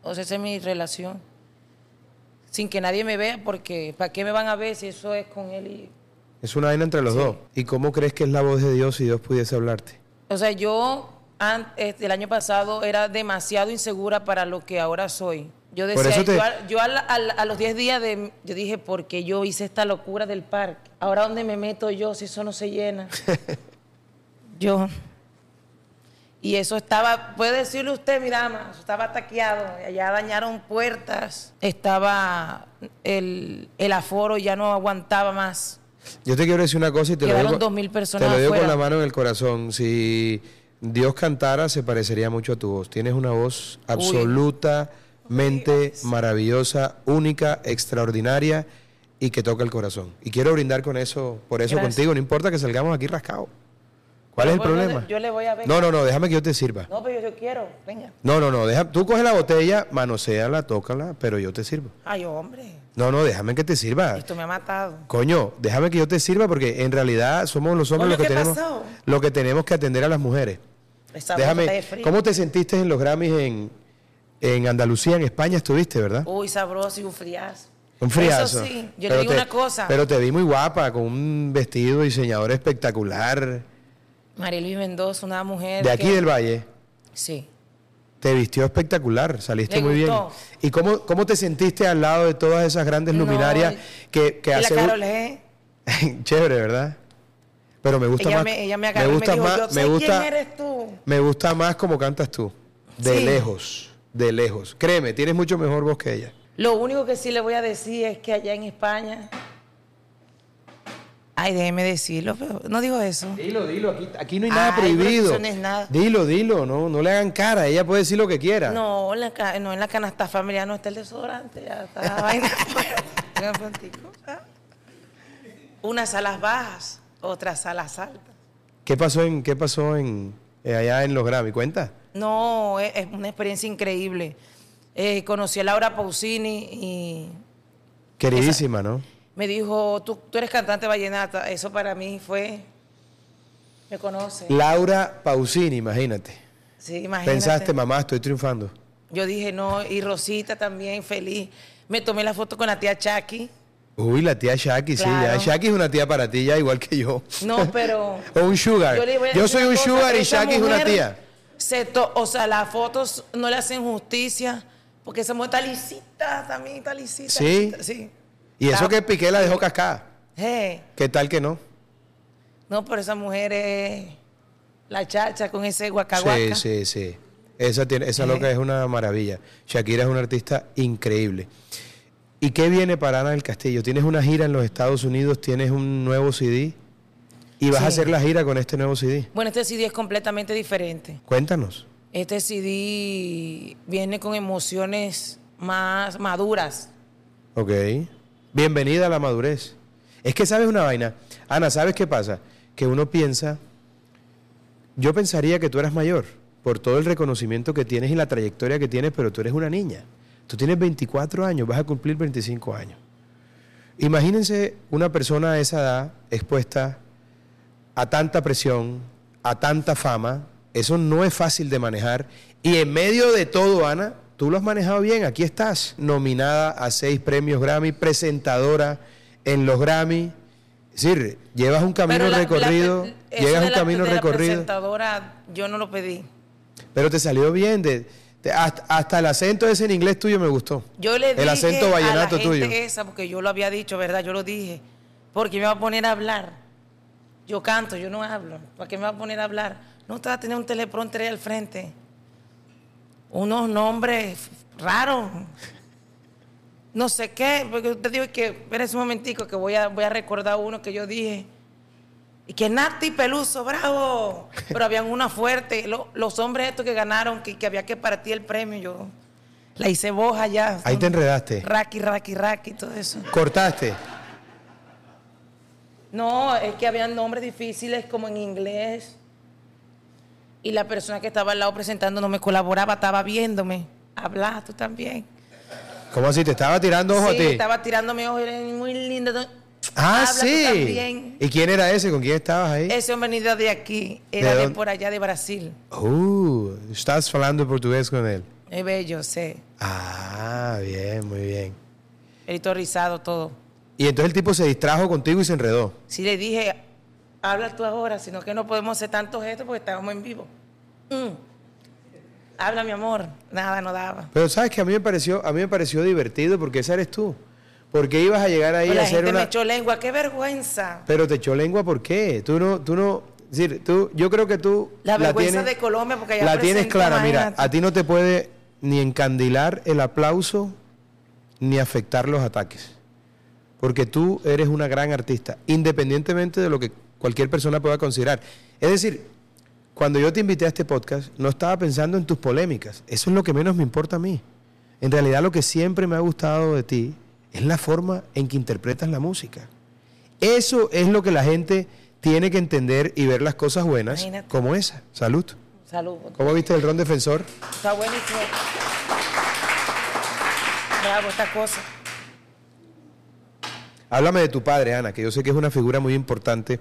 B: O sea, esa es mi relación. Sin que nadie me vea, porque ¿para qué me van a ver si eso es con él? Y
A: Es una vaina entre los
B: Sí.
A: dos. ¿Y cómo crees que es la voz de Dios si Dios pudiese hablarte?
B: O sea, yo an- este, el año pasado era demasiado insegura para lo que ahora soy. Yo
A: Por
B: decía,
A: eso te-
B: yo, al- yo al- al- a los 10 días de, yo dije, porque yo hice esta locura del parque. Ahora dónde me meto yo si eso no se llena. yo. Y eso estaba, puede decirle usted, mi dama, eso estaba taqueado. Allá dañaron puertas. Estaba el, el aforo, ya no aguantaba más.
A: Yo te quiero decir una cosa y te
B: Quedaron
A: lo digo,
B: 2.000 personas
A: te lo digo con
B: afuera.
A: la mano en el corazón. Si Dios cantara, se parecería mucho a tu voz. Tienes una voz absolutamente maravillosa, única, extraordinaria y que toca el corazón. Y quiero brindar con eso, por eso
B: Gracias.
A: contigo. No importa que salgamos aquí rascados. ¿Cuál es
B: Yo
A: el
B: voy- yo le-
A: problema?
B: yo le voy a ver.
A: No, no, no. Déjame que yo te sirva.
B: No, pero yo quiero, venga.
A: No, no, no. Deja, tú coge la botella, manoséala, tócala, pero yo te sirvo.
B: Ay, hombre.
A: No, no. Déjame que te sirva.
B: Esto me ha matado.
A: Coño, déjame que yo te sirva porque en realidad somos los hombres los
B: Coño,
A: que
B: ¿qué
A: tenemos
B: pasó?
A: lo que tenemos que atender a las mujeres.
B: Esa
A: déjame,
B: bota de frío.
A: ¿cómo te sentiste en los Grammys en, en Andalucía, en España estuviste, verdad?
B: Uy, sabroso y un friazo.
A: Un friazo.
B: Uh, Eso sí, yo
A: Pero
B: le digo
A: te-
B: una cosa.
A: Pero te vi muy guapa con un vestido diseñador espectacular
B: María Luis Mendoza, una mujer.
A: de aquí
B: que-
A: del Valle.
B: Sí.
A: Te vistió espectacular, saliste
B: Le
A: muy
B: gustó.
A: bien. ¿Y cómo, cómo te sentiste al lado de todas esas grandes
B: No,
A: luminarias que, que
B: y la
A: asegu-
B: Carol G.
A: Chévere, ¿verdad? Pero me gusta
B: Ella
A: más.
B: me, ella me agarró y
A: gusta
B: me dijo,
A: más-
B: yo sé
A: me gusta-
B: quién eres tú.
A: Me gusta más como cantas tú. De
B: Sí.
A: lejos, de lejos. Créeme, tienes mucho mejor voz que ella.
B: Lo único que sí le voy a decir es que allá en España... Ay, déjeme decirlo, pero no digo eso.
A: Dilo, dilo, aquí, no
B: hay nada Ay, pero prohibido. eso no es nada.
A: Dilo, dilo, no, no le hagan cara, ella puede decir lo que quiera.
B: No, en la, ca- no, en la canasta familiar no está el desodorante, ya está la vaina. Tenga un puntico, ¿ah? Unas salas bajas, otras salas altas.
A: ¿Qué pasó en, qué pasó en eh, allá en los Grammy? ¿Cuenta?
B: No, es, es una experiencia increíble. Eh, conocí a Laura Pausini y
A: Queridísima, ¿no?
B: me dijo, tú, tú eres cantante vallenata. Eso para mí fue, me conoce.
A: Laura Pausini, imagínate.
B: Sí, imagínate.
A: Pensaste, mamá, estoy triunfando.
B: Yo dije no, y Rosita también, feliz. Me tomé la foto con la tía Chucky.
A: Uy, la tía Shaki,
B: Claro.
A: sí, ya. Shaki es una tía para ti, ya igual que yo.
B: No, pero...
A: o un sugar.
B: le voy a
A: Yo,
B: decir
A: soy
B: una
A: un
B: cosa,
A: sugar y
B: esa
A: Shaki es una
B: mujer
A: tía.
B: se to- o sea, las fotos no le hacen justicia, porque esa mujer está lisita, también está lisita.
A: Sí.
B: lisita, sí.
A: Y eso
B: Está-
A: que Piqué la dejó cascada.
B: Eh,
A: ¿Qué tal que no?
B: no, pero esa mujer es la chacha con ese
A: Sí,
B: guacaguaca.
A: sí, sí. Esa, tiene, esa loca es una maravilla. Shakira es una artista increíble. ¿Y qué viene para Ana del Castillo? Tienes una gira en los Estados Unidos, tienes un nuevo CD y vas a
B: Sí.
A: hacer la gira con este nuevo CD.
B: Bueno, este CD es completamente diferente.
A: Cuéntanos.
B: Este CD viene con emociones más maduras.
A: Ok. Bienvenida a la madurez. Es que sabes una vaina. Ana, ¿sabes qué pasa? Que uno piensa, yo pensaría que tú eras mayor por todo el reconocimiento que tienes y la trayectoria que tienes, pero tú eres una niña. Tú tienes 24 años, vas a cumplir 25 años. Imagínense una persona de esa edad expuesta a tanta presión, a tanta fama, eso no es fácil de manejar. Y en medio de todo, Ana, tú lo has manejado bien, aquí estás, nominada a seis premios Grammy, presentadora en los Grammy. Es decir, llevas un camino
B: Pero la- la-
A: recorrido,
B: eso
A: llegas a
B: de
A: un
B: la-
A: camino
B: de la
A: recorrido.
B: presentadora, yo no lo pedí.
A: Pero te salió bien. De, te- hasta, hasta el acento ese en inglés tuyo me gustó.
B: Yo le dije
A: El acento vallenato
B: a la gente
A: tuyo.
B: esa, porque yo lo había dicho, ¿verdad? Yo lo dije. Porque me va a poner a hablar. Yo canto, yo no hablo. ¿Para qué me va a poner a hablar? No te va a tener un teleprompter ahí al frente. Unos nombres raros. No sé qué, porque usted dijo que, espérense un momentico, que voy a, voy a recordar uno que yo dije. Y que Nati Peluso, bravo. Pero habían una fuerte. Lo- los hombres estos que ganaron, que, que había que partir el premio, yo la hice boja ya.
A: Ahí te enredaste.
B: Raki, raki, raki, todo eso.
A: Cortaste.
B: No, es que habían nombres difíciles como en inglés. Y la persona que estaba al lado presentando no me colaboraba, estaba viéndome. Hablaba tú también.
A: ¿Cómo así? ¿Te estaba tirando ojo
B: sí,
A: a ti?
B: estaba tirándome ojos, era muy lindo.
A: Ah,
B: Habla tú
A: sí.
B: también.
A: ¿Y quién era ese? ¿Con quién estabas ahí?
B: Ese hombre ni era de aquí, era
A: ¿De
B: de,
A: dónde?
B: por allá de Brasil.
A: Uh, estás hablando portugués con él.
B: Es bello, sé. Sí.
A: Ah, bien, muy bien.
B: Pelito rizado, todo.
A: Y entonces el tipo se distrajo contigo y se enredó.
B: Si le dije, habla tú ahora, sino que no podemos hacer tantos gestos porque estábamos en vivo. Mm. Habla, mi amor. Nada, no daba.
A: Pero sabes que a mí me pareció, a mí me pareció divertido porque esa eres tú. Porque ibas a llegar ahí
B: Pero
A: a
B: la
A: hacer
B: gente
A: una.
B: me echó lengua, qué vergüenza.
A: Pero te echó lengua, ¿por qué? Tú no, tú no. Es decir, tú, yo creo que tú.
B: La vergüenza
A: tienes-
B: de Colombia, porque allá
A: La tienes
B: presentan,
A: clara, mira,
B: imagínate.
A: a ti no te puede ni encandilar el aplauso ni afectar los ataques. Porque tú eres una gran artista, independientemente de lo que cualquier persona pueda considerar. Es decir, cuando yo te invité a este podcast, no estaba pensando en tus polémicas. Eso es lo que menos me importa a mí. En realidad lo que siempre me ha gustado de ti es la forma en que interpretas la música. Eso es lo que la gente tiene que entender y ver las cosas buenas
B: Imagínate.
A: como esa. Salud.
B: Salud.
A: ¿Cómo viste el ron defensor?
B: Está buenísimo. Bravo, esta cosa.
A: Háblame de tu padre, Ana, que yo sé que es una figura muy importante.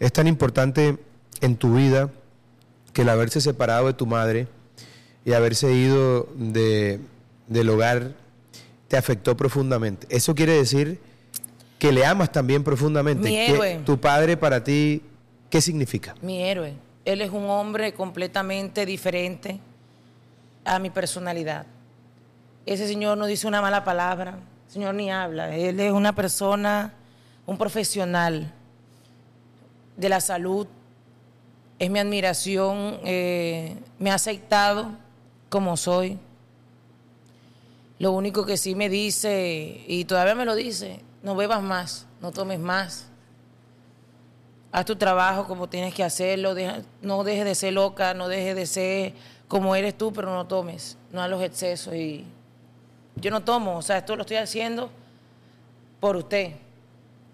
A: Es tan importante en tu vida que el haberse separado de tu madre y haberse ido de, del hogar te afectó profundamente. Eso quiere decir que le amas también profundamente.
B: Mi
A: Que
B: héroe.
A: Tu padre para ti, ¿qué significa?
B: Mi héroe. Él es un hombre completamente diferente a mi personalidad. Ese señor no dice una mala palabra, el señor ni habla. Él es una persona, un profesional de la salud. Es mi admiración, eh, me ha aceptado como soy. Lo único que sí me dice, y todavía me lo dice, no bebas más, no tomes más haz tu trabajo como tienes que hacerlo, deja- no dejes de ser loca, no dejes de ser como eres tú, pero no tomes, no a los excesos. Y yo no tomo, o sea, esto lo estoy haciendo por usted.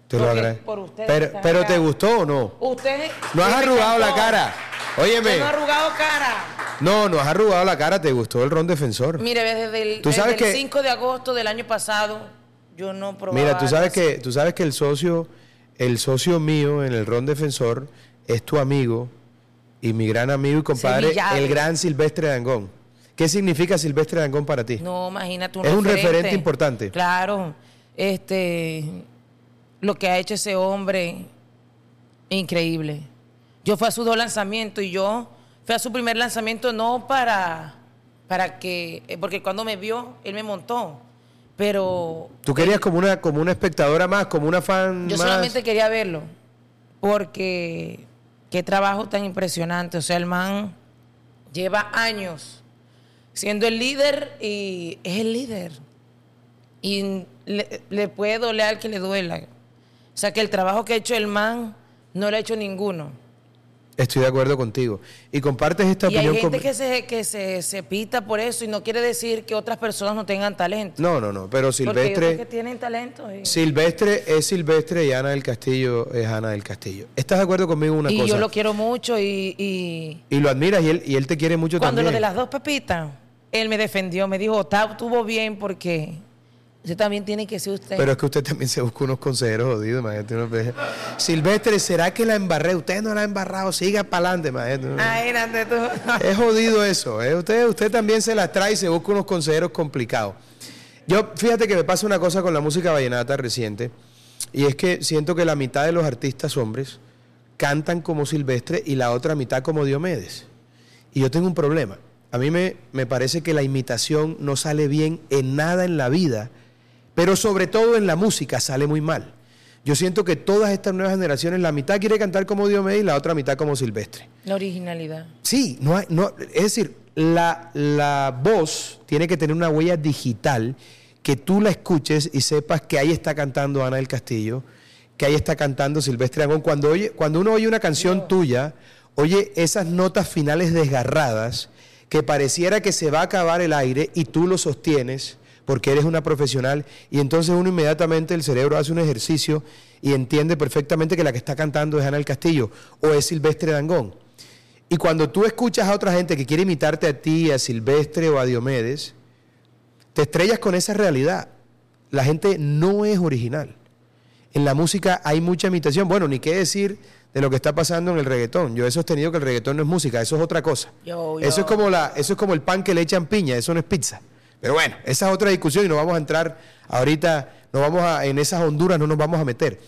A: Te lo
B: Porque
A: agradezco.
B: por ustedes
A: pero,
B: están
A: pero
B: acá.
A: ¿te gustó o no?
B: Usted.
A: No has
B: me
A: arrugado la
B: encantó.
A: cara.
B: Yo
A: Óyeme.
B: no he arrugado cara.
A: No, no has arrugado la cara. ¿Te gustó el ron defensor?
B: Mire, desde el,
A: Tú sabes
B: desde el
A: que-
B: 5 de agosto del año pasado, yo no probaba.
A: Mira, tú sabes
B: algo así.
A: que tú sabes que el socio el socio mío en el ron defensor es tu amigo y mi gran amigo y compadre,
B: Sevillano.
A: el gran Silvestre Dangón. ¿Qué significa Silvestre Dangón para ti?
B: No, imagínate
A: Es un referente importante.
B: Claro, este, lo que ha hecho ese hombre, increíble. Yo fui a sus dos lanzamientos y yo fui a su primer lanzamiento no para, para que, eh, porque cuando me vio él me montó, pero
A: Tú querías como una como una espectadora más, como una fan
B: yo
A: más.
B: solamente quería verlo, porque qué trabajo tan impresionante. O sea, el man lleva años siendo el líder y es el líder. Y le, le puede doler al que le duela. O sea, que el trabajo que ha hecho el man no lo ha hecho ninguno.
A: Estoy de acuerdo contigo y compartes esta
B: y hay
A: opinión
B: gente
A: con-
B: que, se, que se, se pita por eso y no quiere decir que otras personas no tengan talento.
A: No, no, no, pero
B: Porque yo
A: Silvestre
B: creo que tienen talento. Y,
A: Silvestre es Silvestre y Ana del Castillo es Ana del Castillo. ¿Estás de acuerdo conmigo en una
B: y
A: cosa?
B: yo lo quiero mucho y- y
A: Y lo admiras y él, y él te quiere mucho
B: Cuando
A: también.
B: lo de las dos papitas, él me defendió, me dijo, "Está- estuvo bien porque usted también tiene que ser usted.
A: Pero es que usted también se busca unos consejeros jodidos, imagínate. uno pe- Silvestre, ¿será que la embarré? Usted no la ha embarrado, siga para adelante, imagínate.
B: Ay, Nate, Ah, tú.
A: Es jodido eso. ¿eh? Usted, usted también se las trae y se busca unos consejeros complicados. Yo, fíjate que me pasa una cosa con la música vallenata reciente, y es que siento que la mitad de los artistas hombres cantan como Silvestre y la otra mitad como Diomedes. Y yo tengo un problema. A mí me, me parece que la imitación no sale bien en nada en la vida, pero sobre todo en la música sale muy mal. Yo siento que todas estas nuevas generaciones, la mitad quiere cantar como Diomedes y la otra mitad como Silvestre.
B: La originalidad.
A: Sí, no, hay- no es decir, la, la voz tiene que tener una huella digital que tú la escuches y sepas que ahí está cantando Ana del Castillo, que ahí está cantando Silvestre Angón. Cuando, oye, cuando uno oye una canción tuya, oye esas notas finales desgarradas que pareciera que se va a acabar el aire y tú lo sostienes porque eres una profesional y entonces uno inmediatamente el cerebro hace un ejercicio y entiende perfectamente que la que está cantando es Ana del Castillo o es Silvestre Dangón. Y cuando tú escuchas a otra gente que quiere imitarte a ti, a Silvestre o a Diomedes, te estrellas con esa realidad. La gente no es original. En la música hay mucha imitación. Bueno, ni qué decir de lo que está pasando en el reggaetón. Yo he sostenido que el reggaetón no es música, eso es otra cosa.
B: Yo,
A: Eso
B: yo.
A: es como la, eso es como el pan que le echan piña, eso no es pizza. Pero bueno, esa es otra discusión y no vamos a entrar ahorita, no vamos a, en esas honduras no nos vamos a meter.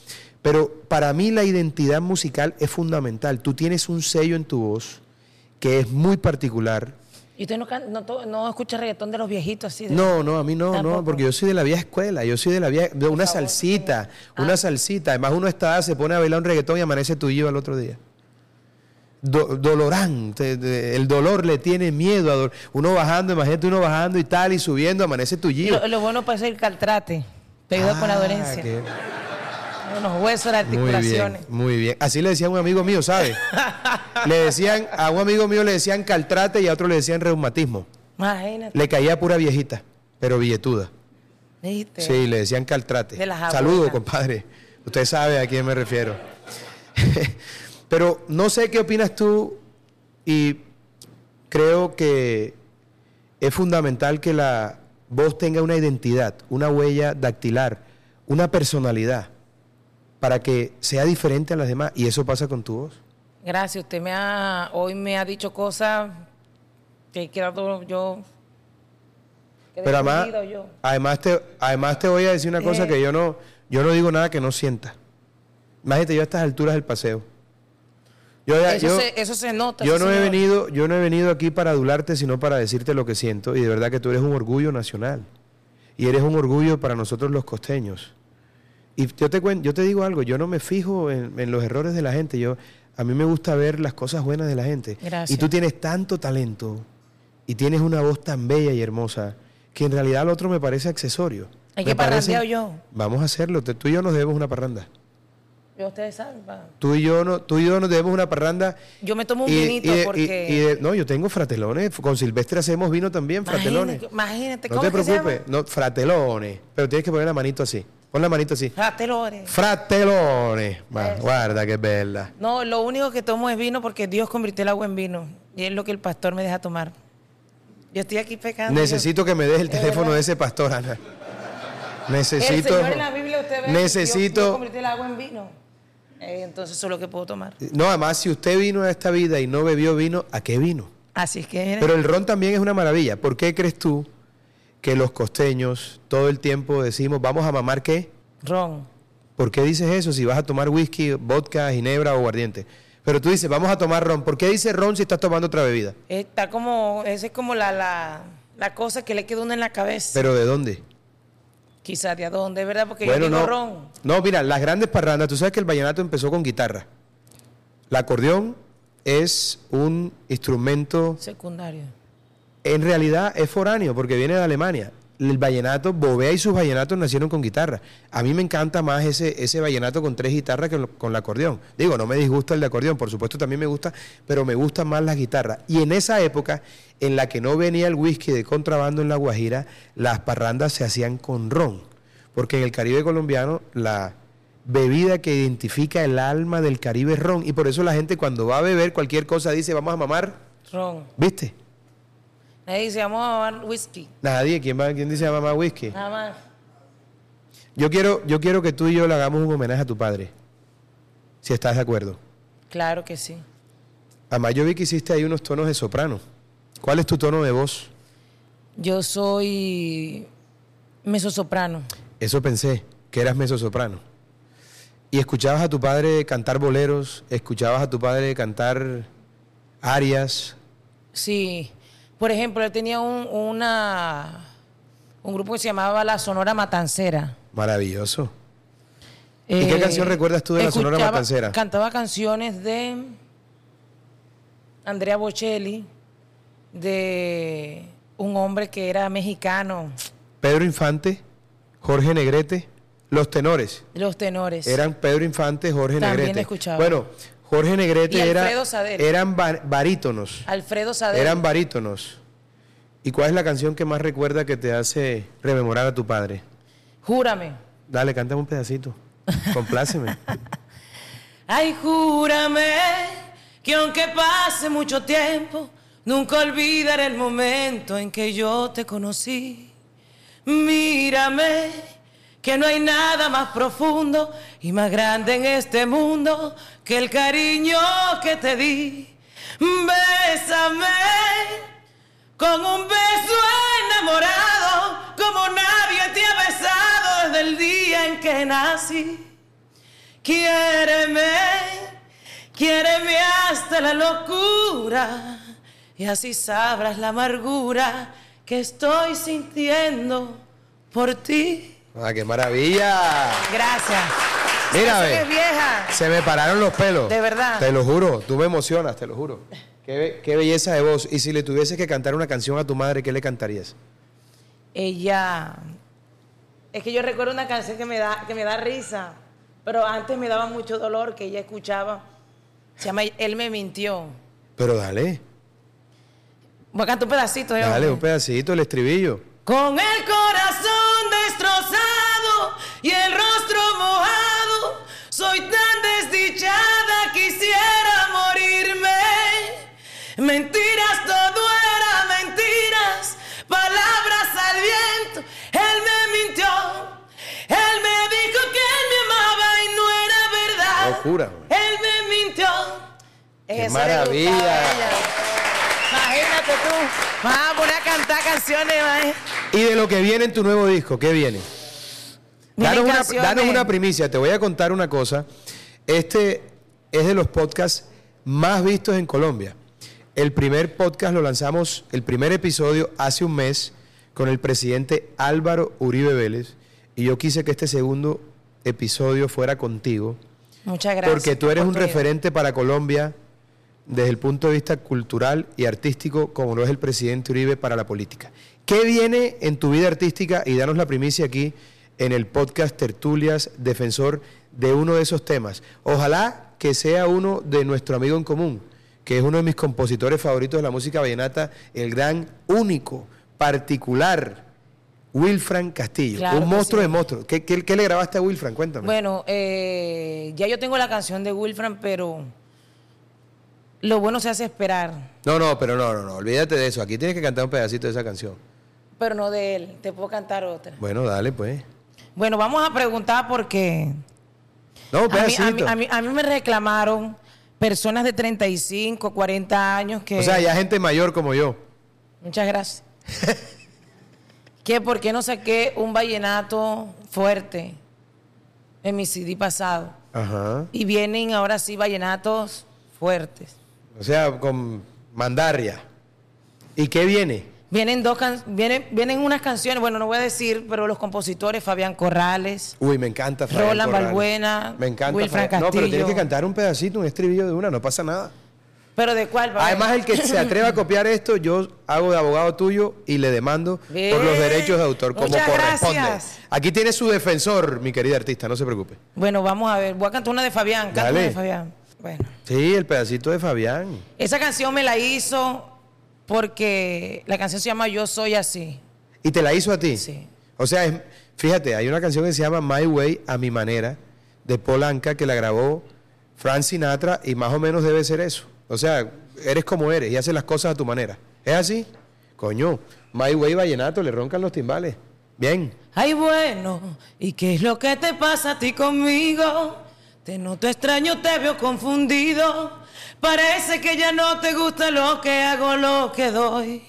A: Pero para mí la identidad musical es fundamental. Tú tienes un sello en tu voz que es muy particular.
B: ¿Y usted no, can- no, to- no escucha reggaetón de los viejitos así? de-
A: No, no, a mí no,
B: Tampoco.
A: no, porque yo soy de la vieja escuela, yo soy de la vieja, de una salsita,
B: Ah.
A: una salsita. Además uno está, se pone a bailar un reggaetón y amanece tuyo al otro día. Do- dolorán, te- te- el dolor le tiene miedo. a dol- uno bajando, imagínate uno bajando y tal, y subiendo, amanece
B: Y
A: tuyo. Ah,
B: Lo, lo bueno para hacer caltrate, te ayuda con la dolencia. Unos huesos, las
A: Muy bien,
B: articulaciones.
A: muy bien. Así le decía a un amigo mío, ¿sabes? le decían, a un amigo mío le decían caltrate y a otro le decían reumatismo.
B: Imagínate.
A: Le caía pura viejita, pero billetuda.
B: ¿viste?
A: Sí, le decían caltrate.
B: este, De las
A: Saludos,
B: abuelas.
A: compadre. Usted sabe a quién me refiero. Pero no sé qué opinas tú y creo que es fundamental que la voz tenga una identidad, una huella dactilar, una personalidad para que sea diferente a las demás y eso pasa con tu voz.
B: Gracias, usted me ha, hoy me ha dicho cosas que he quedado yo. quedé
A: Pero además,
B: confundido yo.
A: además, te, además te voy a decir una cosa
B: Eh.
A: que yo no, yo no digo nada que no sienta. Imagínate yo a estas alturas del paseo. Yo, ya-
B: Eso,
A: yo-
B: se, eso se nota.
A: yo
B: sí,
A: no he
B: señor.
A: venido, yo no he venido aquí para adularte, sino para decirte lo que siento. Y de verdad que tú eres un orgullo nacional. Y eres un orgullo para nosotros los costeños. Y yo te cuen- yo te digo algo, yo no me fijo en, en los errores de la gente. Yo, a mí me gusta ver las cosas buenas de la gente.
B: Gracias.
A: Y tú tienes tanto talento y tienes una voz tan bella y hermosa que en realidad al otro me parece accesorio.
B: Hay
A: Me
B: que parrandear
A: parece-
B: yo.
A: Vamos a hacerlo. te- Tú y yo nos debemos una parranda.
B: Yo, ustedes saben. pa.
A: Tú y yo, no, tú y yo nos debemos una parranda
B: Yo me tomo un
A: y-
B: vinito
A: y de- y-
B: porque.
A: y de- no, yo tengo fratelones. Con Silvestre hacemos vino también, fratelones.
B: imagínate, imagínate,
A: No
B: ¿cómo
A: te
B: es que se
A: preocupes, no, fratelones. Pero tienes que poner la manito así. Pon la manito así.
B: llama? Fratelones.
A: Fratelones. Va, guarda, que es verdad.
B: No, lo único que tomo es vino porque Dios convirtió el agua en vino. Y es lo que el pastor me deja tomar. Yo estoy aquí pecando.
A: Necesito que me des el teléfono de ese pastor, Ana. Necesito.
B: El Señor en la Biblia usted ve que Dios, Dios
A: necesito.
B: convirtió el agua en vino. Eh, entonces eso es lo que puedo tomar.
A: No, además, si usted vino a esta vida y no bebió vino, ¿a qué vino?
B: Así es que
A: Pero el ron también es una maravilla. ¿Por qué crees tú que los costeños todo el tiempo decimos, vamos a mamar qué?
B: ron.
A: ¿Por qué dices eso si vas a tomar whisky, vodka, ginebra o aguardiente? Pero tú dices, vamos a tomar ron. ¿Por qué dices ron si estás tomando otra bebida?
B: Está como, esa es como la, la, la cosa que le queda uno en la cabeza.
A: ¿Pero de dónde?
B: Quizás de a dónde, ¿verdad? Porque yo digo
A: no.
B: ron.
A: No, mira, las grandes parrandas, tú sabes que el vallenato empezó con guitarra. El acordeón es un instrumento,
B: Secundario.
A: en realidad es foráneo, porque viene de Alemania. El vallenato, Bobea y sus vallenatos nacieron con guitarra. A mí me encanta más ese, ese vallenato con tres guitarras que lo- con el acordeón. Digo, no me disgusta el de acordeón, por supuesto también me gusta, pero me gustan más las guitarras. Y en esa época, en la que no venía el whisky de contrabando en La Guajira, las parrandas se hacían con ron. Porque en el Caribe colombiano, la bebida que identifica el alma del Caribe es ron. Y por eso la gente cuando va a beber cualquier cosa dice, vamos a mamar,
B: Ron.
A: ¿viste?
B: Ahí dice, vamos a tomar whisky.
A: Nadie, ¿quién, va, quién dice mamá whisky?
B: Nada más.
A: Yo quiero, yo quiero que tú y yo le hagamos un homenaje a tu padre, si estás de acuerdo.
B: Claro que sí.
A: Además, yo vi que hiciste ahí unos tonos de soprano. ¿Cuál es tu tono de voz?
B: Yo soy mezzosoprano.
A: Eso pensé, que eras mezzosoprano. Y escuchabas a tu padre cantar boleros, escuchabas a tu padre cantar arias.
B: Sí, Por ejemplo, él tenía un, una, un grupo que se llamaba La Sonora Matancera. Eh,
A: Maravilloso. ¿Y qué canción recuerdas tú de la Sonora
B: escuchaba-
A: Matancera?
B: Cantaba canciones de Andrea Bocelli, de un hombre que era mexicano,
A: Pedro Infante, Jorge Negrete, los tenores.
B: los tenores.
A: Eran Pedro Infante, Jorge
B: También
A: Negrete.
B: escuchaba.
A: Bueno, Jorge Negrete
B: Y
A: era,
B: Alfredo Sadel.
A: eran ba- barítonos.
B: Alfredo Sadel.
A: Eran barítonos. ¿Y cuál es la canción que más recuerda que te hace rememorar a tu padre?
B: Júrame.
A: Dale, cántame un pedacito. Compláceme.
B: Ay, júrame que aunque pase mucho tiempo, nunca olvidaré el momento en que yo te conocí. Mírame que no hay nada más profundo y más grande en este mundo que el cariño que te di. Bésame con un beso enamorado como nadie te ha besado desde el día en que nací. Quiéreme, quiéreme hasta la locura y así sabrás la amargura que estoy sintiendo por ti.
A: ¡Ah, qué maravilla!
B: Gracias.
A: Mira,
B: Esa
A: ve.
B: que es vieja.
A: Se me pararon los pelos.
B: De verdad.
A: Te lo juro, tú me emocionas, te lo juro. Qué, be- qué belleza de voz. Y si le tuvieses que cantar una canción a tu madre, ¿qué le cantarías?
B: Ella. Es que yo recuerdo una canción que me da, que me da risa, pero antes me daba mucho dolor que ella escuchaba. Se llama Él me mintió.
A: Pero dale,
B: Voy a cantar un pedacito. ¿eh?
A: dale un pedacito, el estribillo.
B: Con el corazón destrozado y el rostro mojado, soy tan desdichada, quisiera morirme. Mentiras, todo era mentiras, palabras al viento. Él me mintió, él me dijo que él me amaba y no era verdad.
A: Locura, güey.
B: Él me mintió.
A: ¡Qué
B: Eso le gustaba a
A: maravilla!
B: ella. Imagínate tú, vamos a poner a cantar canciones, ¿eh? imagínate.
A: Y de lo que viene en tu nuevo disco, ¿qué viene?
B: Miren
A: Danos una,
B: canciones.
A: danos una primicia, te voy a contar una cosa. Este es de los podcasts más vistos en Colombia. El primer podcast lo lanzamos, el primer episodio, hace un mes con el presidente Álvaro Uribe Vélez. Y yo quise que este segundo episodio fuera contigo,
B: Muchas gracias.
A: porque tú eres un
B: oportunidad.
A: referente para Colombia desde el punto de vista cultural y artístico, como lo es el presidente Uribe para la política. ¿Qué viene en tu vida artística? Y danos la primicia aquí en el podcast Tertulias, defensor de uno de esos temas. Ojalá que sea uno de nuestro amigo en común, que es uno de mis compositores favoritos de la música vallenata, el gran, único, particular Wilfran Castillo.
B: Claro
A: un
B: que
A: monstruo
B: sí.
A: de monstruos. ¿Qué, qué, qué le grabaste a Wilfran? Cuéntame.
B: Bueno, eh, ya yo tengo la canción de Wilfran, pero lo bueno se hace esperar,
A: No, no, pero no, no, no, olvídate de eso. Aquí tienes que cantar un pedacito de esa canción.
B: pero no de él. Te puedo cantar otra.
A: Bueno, dale, pues.
B: Bueno, vamos a preguntar porque
A: No, un
B: a mí,
A: pedacito.
B: a mí- a mí- a mí me reclamaron personas de 35, 40 años que...
A: O sea, ya gente mayor como yo.
B: Muchas gracias. que por qué no saqué un vallenato fuerte en mi CD pasado.
A: Ajá.
B: Y vienen ahora sí vallenatos fuertes.
A: O sea, con mandarria. ¿Y qué viene?
B: Vienen dos can- vienen, vienen unas canciones, bueno, no voy a decir, pero los compositores Fabián Corrales.
A: Uy, me encanta Fabián
B: Roland
A: Corrales.
B: Balbuena,
A: Me encanta.
B: Wilfran
A: Fabián. No, pero
B: Castillo.
A: tienes que cantar un pedacito, un estribillo de una, no pasa nada.
B: Pero de cuál va?
A: Además, el que se atreva a copiar esto, yo hago de abogado tuyo y le demando por los
B: Bien.
A: derechos de autor, como
B: Muchas
A: corresponde.
B: gracias.
A: Aquí tiene su defensor, mi querida artista, no se preocupe.
B: Bueno, vamos a ver, voy a cantar una de Fabián, canta una
A: Dale.
B: de Fabián. Bueno,
A: Sí, el pedacito de Fabián.
B: esa canción me la hizo porque la canción se llama Yo soy así.
A: ¿Y te la hizo a ti?
B: Sí.
A: O sea, es- fíjate, hay una canción que se llama My Way a mi manera de Polanca que la grabó Frank Sinatra y más o menos debe ser eso. O sea, eres como eres y haces las cosas a tu manera. ¿Es así? Coño, My Way vallenato, le roncan los timbales. Bien.
B: Ay, bueno, ¿y qué es lo que te pasa a ti conmigo? Te noto extraño, te veo confundido. Parece que ya no te gusta lo que hago, lo que doy.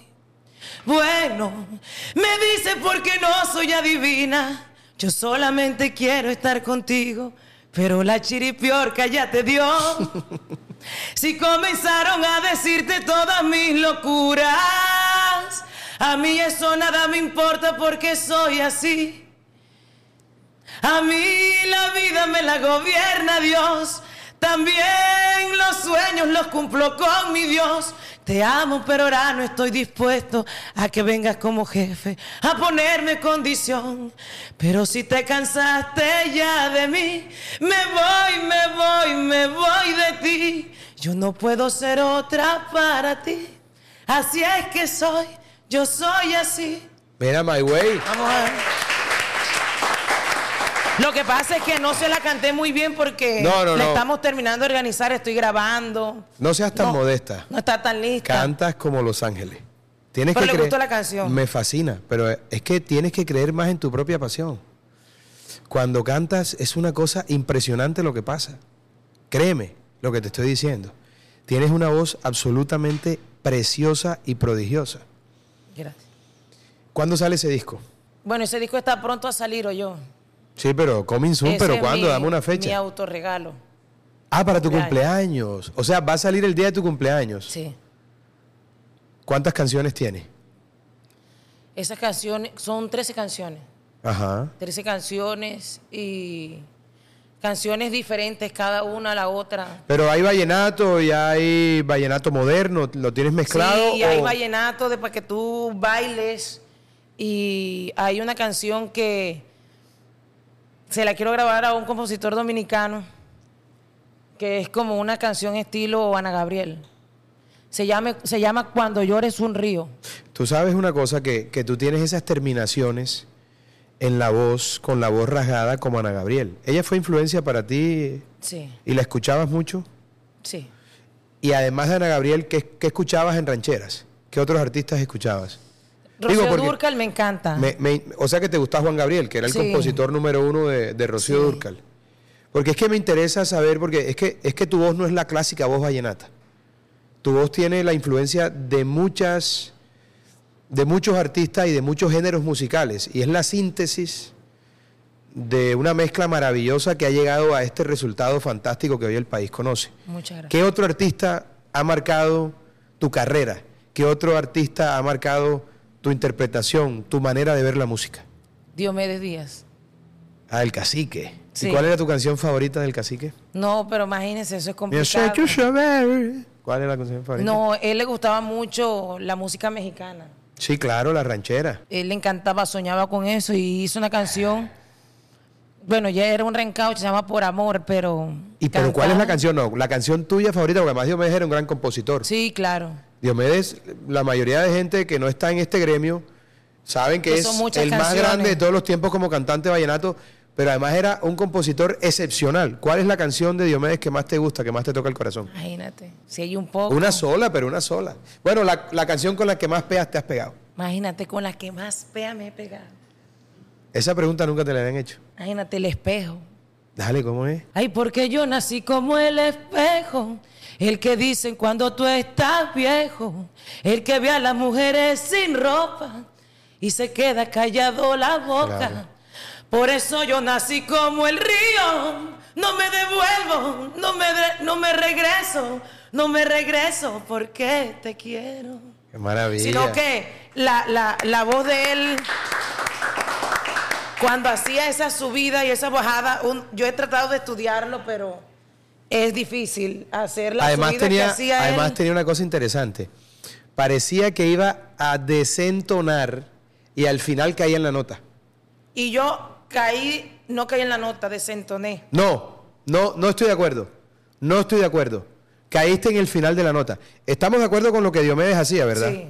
B: Bueno, me dice porque no soy adivina. Yo solamente quiero estar contigo, pero la chiripiorca ya te dio. Si comenzaron a decirte todas mis locuras, A mí eso nada me importa porque soy así. A mí la vida me la gobierna Dios. También los sueños los cumplo con mi Dios. Te amo, pero ahora no estoy dispuesto a que vengas como jefe, a ponerme condición. Pero si te cansaste ya de mí, me voy, me voy, me voy de ti. Yo no puedo ser otra para ti. Así es que soy, yo soy así.
A: Mira, My Way.
B: Vamos a ver. Lo que pasa es que no se la canté muy bien porque
A: No, no,
B: la
A: no.
B: estamos terminando de organizar, estoy grabando.
A: No seas tan
B: No,
A: modesta.
B: No está tan lista.
A: Cantas como Los Ángeles. Tienes
B: Pero
A: que
B: le
A: creer-
B: gustó la canción.
A: Me fascina, pero es que tienes que creer más en tu propia pasión. Cuando cantas es una cosa impresionante lo que pasa. Créeme lo que te estoy diciendo. Tienes una voz absolutamente preciosa y prodigiosa.
B: Gracias.
A: ¿Cuándo sale ese disco?
B: Bueno, ese disco está pronto a salir o yo.
A: Sí, pero coming soon, pero ¿cuándo? Dame una
B: Mi
A: fecha.
B: autorregalo.
A: Ah, para tu
B: cumpleaños.
A: cumpleaños. O sea, va a salir el día de tu cumpleaños.
B: Sí.
A: ¿Cuántas canciones tiene?
B: Esas canciones son 13 canciones.
A: Ajá.
B: 13 canciones y canciones diferentes cada una a la otra.
A: Pero hay vallenato y hay vallenato moderno, ¿lo tienes mezclado?
B: sí, hay
A: o-
B: vallenato de para que tú bailes y hay una canción que se la quiero grabar a un compositor dominicano que es como una canción estilo Ana Gabriel. Se llama, se llama Cuando llores un río.
A: Tú sabes una cosa, que, que tú tienes esas terminaciones en la voz, con la voz rasgada como Ana Gabriel. ¿Ella fue influencia para ti
B: Sí,
A: y la escuchabas mucho?
B: sí.
A: Y además de Ana Gabriel, ¿qué, qué escuchabas en rancheras? ¿Qué otros artistas escuchabas? Digo,
B: Rocío
A: porque-
B: Dúrcal me encanta.
A: Me- me- o sea que te gusta Juan Gabriel, que era el
B: Sí.
A: compositor número uno de, de Rocío
B: Sí.
A: Dúrcal. Porque es que me interesa saber, porque es que, es que tu voz no es la clásica voz vallenata. Tu voz tiene la influencia de muchas, de muchos artistas y de muchos géneros musicales. Y es la síntesis de una mezcla maravillosa que ha llegado a este resultado fantástico que hoy el país conoce.
B: Muchas gracias.
A: ¿Qué otro artista ha marcado tu carrera? ¿Qué otro artista ha marcado tu interpretación, tu manera de ver la música?
B: Diomedes Díaz.
A: Ah, el cacique.
B: Sí.
A: ¿Y cuál era tu canción favorita del cacique?
B: No, pero imagínense, eso
A: Mira,
B: es complicado.
A: Shake Your Strawberry. ¿Cuál era la canción favorita?
B: No, él le gustaba mucho la música mexicana.
A: Sí, claro, la ranchera.
B: Él le encantaba, soñaba con eso y hizo una canción. Bueno, ya era un reencauche, se llama Por Amor, pero.
A: ¿Y pero cuál es la
B: cantaba-
A: canción? No, la canción tuya favorita, porque además Diomedes era un gran compositor.
B: Sí, claro.
A: Diomedes, la mayoría de gente que no está en este gremio saben que,
B: Que
A: es
B: son
A: el
B: muchas
A: más
B: canciones.
A: grande de todos los tiempos como cantante de vallenato, pero además era un compositor excepcional. ¿Cuál es la canción de Diomedes que más te gusta, que más te toca el corazón?
B: Imagínate. Si hay un poco.
A: Una sola, pero una sola. Bueno, la, la canción con la que más peas te has pegado.
B: Imagínate con la que más pea me he pegado.
A: Esa pregunta nunca te la habían hecho.
B: Imagínate el espejo.
A: Dale, ¿cómo es?
B: Ay, porque yo nací como el espejo, el que dicen cuando tú estás viejo, el que ve a las mujeres sin ropa y se queda callado la boca.
A: Claro.
B: Por eso yo nací como el río, no me devuelvo, no me, de- no me regreso, no me regreso porque te quiero.
A: Qué maravilla.
B: Sino que la, la- la voz de él, cuando hacía esa subida y esa bajada, un- yo he tratado de estudiarlo, pero es difícil hacer la
A: además
B: subida que
A: tenía,
B: hacía
A: además
B: él.
A: tenía una cosa interesante. Parecía que iba a desentonar y al final caía en la nota.
B: Y yo caí, no caí en la nota, desentoné.
A: No, no, no estoy de acuerdo. No estoy de acuerdo. Caíste en el final de la nota. Estamos de acuerdo con lo que Diomedes hacía, ¿verdad?
B: Sí.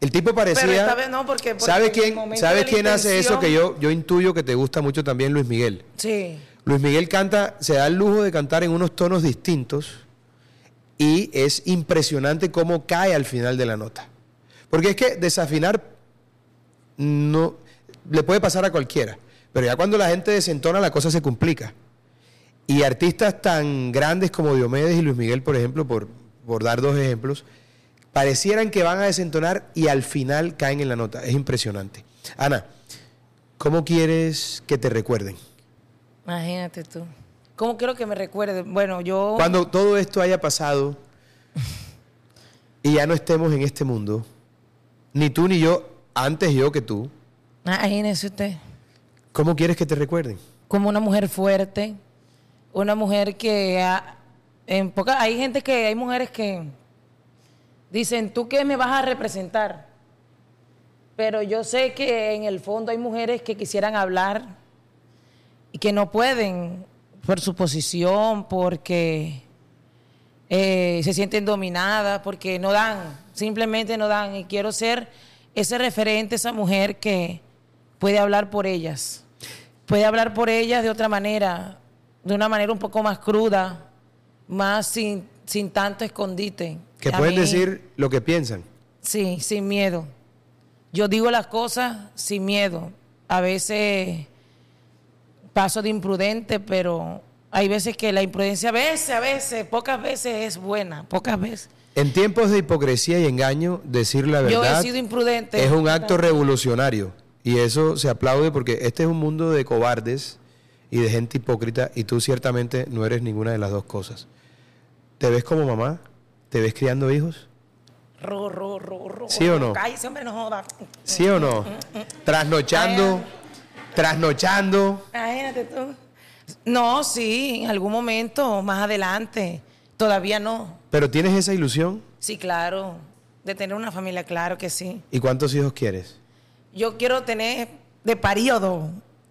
A: El tipo parecía.
B: Pero esta vez no, porque- porque
A: ¿Sabes
B: en el
A: quién,
B: momento
A: ¿sabes
B: de la
A: quién hace eso
B: intención-
A: que yo, yo intuyo que te gusta mucho también Luis Miguel?
B: Sí.
A: Luis Miguel canta, se da el lujo de cantar en unos tonos distintos y es impresionante cómo cae al final de la nota. Porque es que desafinar no le puede pasar a cualquiera, pero ya cuando la gente desentona la cosa se complica. Y artistas tan grandes como Diomedes y Luis Miguel, por ejemplo, por, por dar dos ejemplos, parecieran que van a desentonar y al final caen en la nota. Es impresionante. Ana, ¿cómo quieres que te recuerden?
B: Imagínate tú. ¿Cómo quiero que me recuerde? Bueno, yo.
A: Cuando todo esto haya pasado y ya no estemos en este mundo, ni tú ni yo antes yo que tú,
B: Imagínese usted,
A: ¿cómo quieres que te recuerden?
B: como una mujer fuerte, una mujer que ha- en poca, hay gente que, hay mujeres que dicen, ¿tú qué me vas a representar? Pero yo sé que en el fondo hay mujeres que quisieran hablar y que no pueden por su posición, porque eh, se sienten dominadas, porque no dan, simplemente no dan. Y quiero ser ese referente, esa mujer que puede hablar por ellas. Puede hablar por ellas de otra manera, de una manera un poco más cruda, más sin, sin tanto escondite.
A: Que
B: A
A: pueden
B: mí-
A: decir lo que piensan.
B: Sí, sin miedo. Yo digo las cosas sin miedo. A veces paso de imprudente, pero hay veces que la imprudencia, a veces, a veces, pocas veces es buena, pocas veces.
A: En tiempos de hipocresía y engaño, decir la
B: Yo
A: verdad
B: he sido imprudente.
A: es un acto revolucionario. Y eso se aplaude porque este es un mundo de cobardes y de gente hipócrita y tú ciertamente no eres ninguna de las dos cosas. ¿Te ves como mamá? ¿Te ves criando hijos?
B: Ro, ro, ro, ro,
A: ¿Sí o
B: ro.
A: no?
B: Cállese, hombre, no joda.
A: ¿Sí o no? Trasnochando, trasnochando.
B: Imagínate tú. No, sí, en algún momento, más adelante. Todavía no.
A: Pero tienes esa ilusión.
B: Sí, claro. De tener una familia, claro que sí.
A: ¿Y cuántos hijos quieres?
B: Yo quiero tener de paríodo.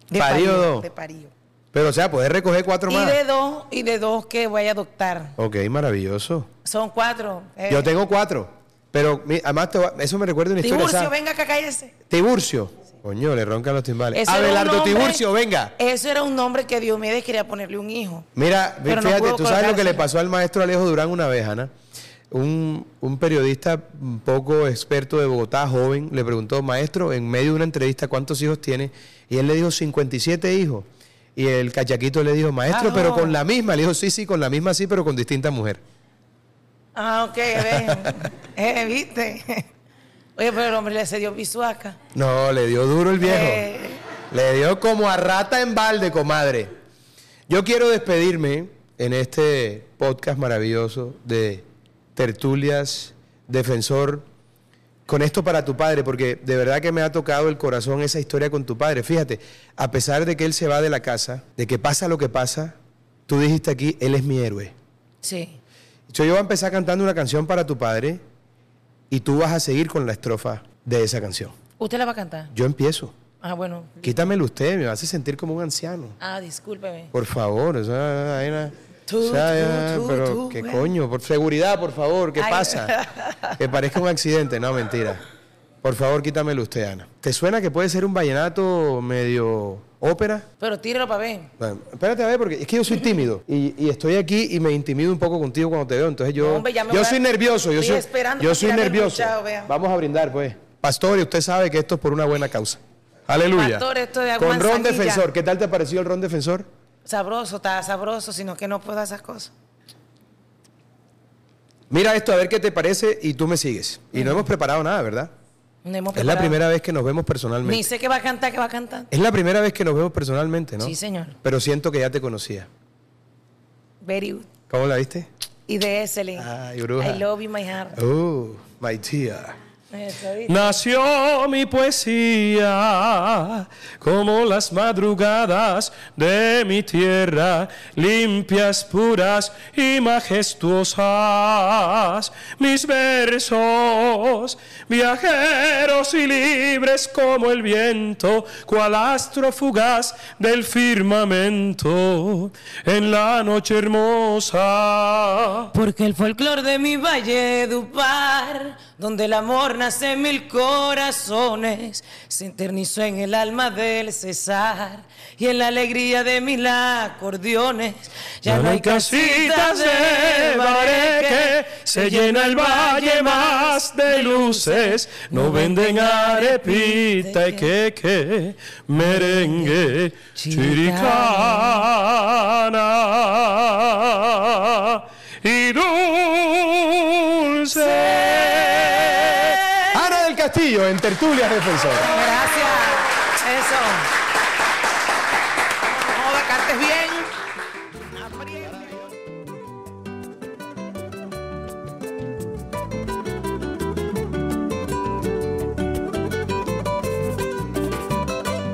B: De
A: Paríodo.
B: De parío.
A: Pero o sea, puedes recoger cuatro
B: Y
A: más.
B: de dos, y de dos que voy a adoptar.
A: Ok, maravilloso.
B: Son cuatro. eh.
A: Yo tengo cuatro. Pero mi- además, te va- eso me recuerda una historia.
B: Tiburcio,
A: ¿sabes?
B: venga acá, cállese.
A: Tiburcio. Coño, le roncan los timbales.
B: Ese era un
A: Abelardo
B: nombre-
A: Tiburcio, venga.
B: Ese era un nombre que Diomedes quería ponerle un hijo.
A: Mira,
B: Pero no
A: fíjate,
B: pudo
A: tú sabes lo que
B: colgarse.
A: le pasó al maestro Alejo Durán una vez, Ana. Un, un periodista un poco experto de Bogotá, joven, le preguntó, maestro, en medio de una entrevista, ¿cuántos hijos tiene? Y él le dijo, 57 hijos. Y el cachaquito le dijo, maestro,
B: Ah,
A: pero
B: no.
A: con la misma. Le dijo, sí, sí, con la misma, sí, pero con distinta mujer.
B: Ah, ok, ven. eh, ¿viste? Oye, pero el hombre le cedió pisuaca.
A: No, le dio duro el viejo.
B: Eh.
A: Le dio como a rata en balde, comadre. Yo quiero despedirme en este podcast maravilloso de Tertulias Defensor con esto para tu padre, porque de verdad que me ha tocado el corazón esa historia con tu padre. Fíjate, a pesar de que él se va de la casa, de que pasa lo que pasa, tú dijiste aquí, él es mi héroe.
B: Sí.
A: Yo, yo voy a empezar cantando una canción para tu padre y tú vas a seguir con la estrofa de esa canción.
B: ¿Usted la va a cantar?
A: Yo empiezo.
B: Ah, bueno.
A: Quítamelo usted, me hace sentir como un anciano.
B: Ah, discúlpeme.
A: Por favor, o sea, hay una-
B: Tú,
A: o sea,
B: tú,
A: ya,
B: tú,
A: pero
B: tú,
A: qué
B: güey.
A: coño, por seguridad, por favor, ¿qué
B: Ay.
A: pasa? que parezca un accidente, no, mentira. Por favor, quítamelo usted, Ana. ¿Te suena que puede ser un vallenato medio ópera?
B: Pero tíralo para ver.
A: Bueno, espérate a ver, porque es que yo soy tímido y, y estoy aquí y me intimido un poco contigo cuando te veo. Entonces yo,
B: No, hombre, ya me
A: yo
B: voy a-
A: soy nervioso, yo
B: Estoy
A: soy,
B: esperando
A: yo
B: para
A: soy
B: tirarme el
A: nervioso.
B: ponchado, vea.
A: Vamos a brindar, pues. Pastor, y usted sabe que esto es por una buena causa. Aleluya.
B: Pastor, esto de agua
A: Con Ron
B: manzanilla.
A: Defensor, ¿qué tal te ha parecido el Ron Defensor?
B: Sabroso, está sabroso, sino que no puedo esas cosas.
A: Mira esto, a ver qué te parece y tú me sigues. Y no hemos preparado nada, ¿verdad?
B: No hemos
A: Es la
B: preparado.
A: primera vez que nos vemos
B: Ni
A: personalmente.
B: sé qué va a cantar, qué va a cantar.
A: Es la primera vez que nos vemos personalmente, ¿no?
B: Sí, señor.
A: Pero siento que ya te conocía.
B: Very good.
A: ¿Cómo la viste?
B: Y de Esselin.
A: Ay, bruja.
B: I love you, my heart.
A: Oh, my dear.
B: Eso, ¿viste?
A: Nació mi poesía como las madrugadas de mi tierra, limpias, puras y majestuosas. Mis versos, viajeros y libres como el viento, cual astro fugaz del firmamento en la noche hermosa.
B: Porque el folclor de mi valle Dupar, donde el amor nace en mil corazones, se eternizó en el alma del César y en la alegría de mil acordeones.
C: Ya no hay casitas de bareque, se llena el valle más de luces. No venden arepita y queque, merengue, chiricana y dulce.
A: Ana del Castillo en Tertulias Defensor.
B: Gracias. Eso. No, cantes bien.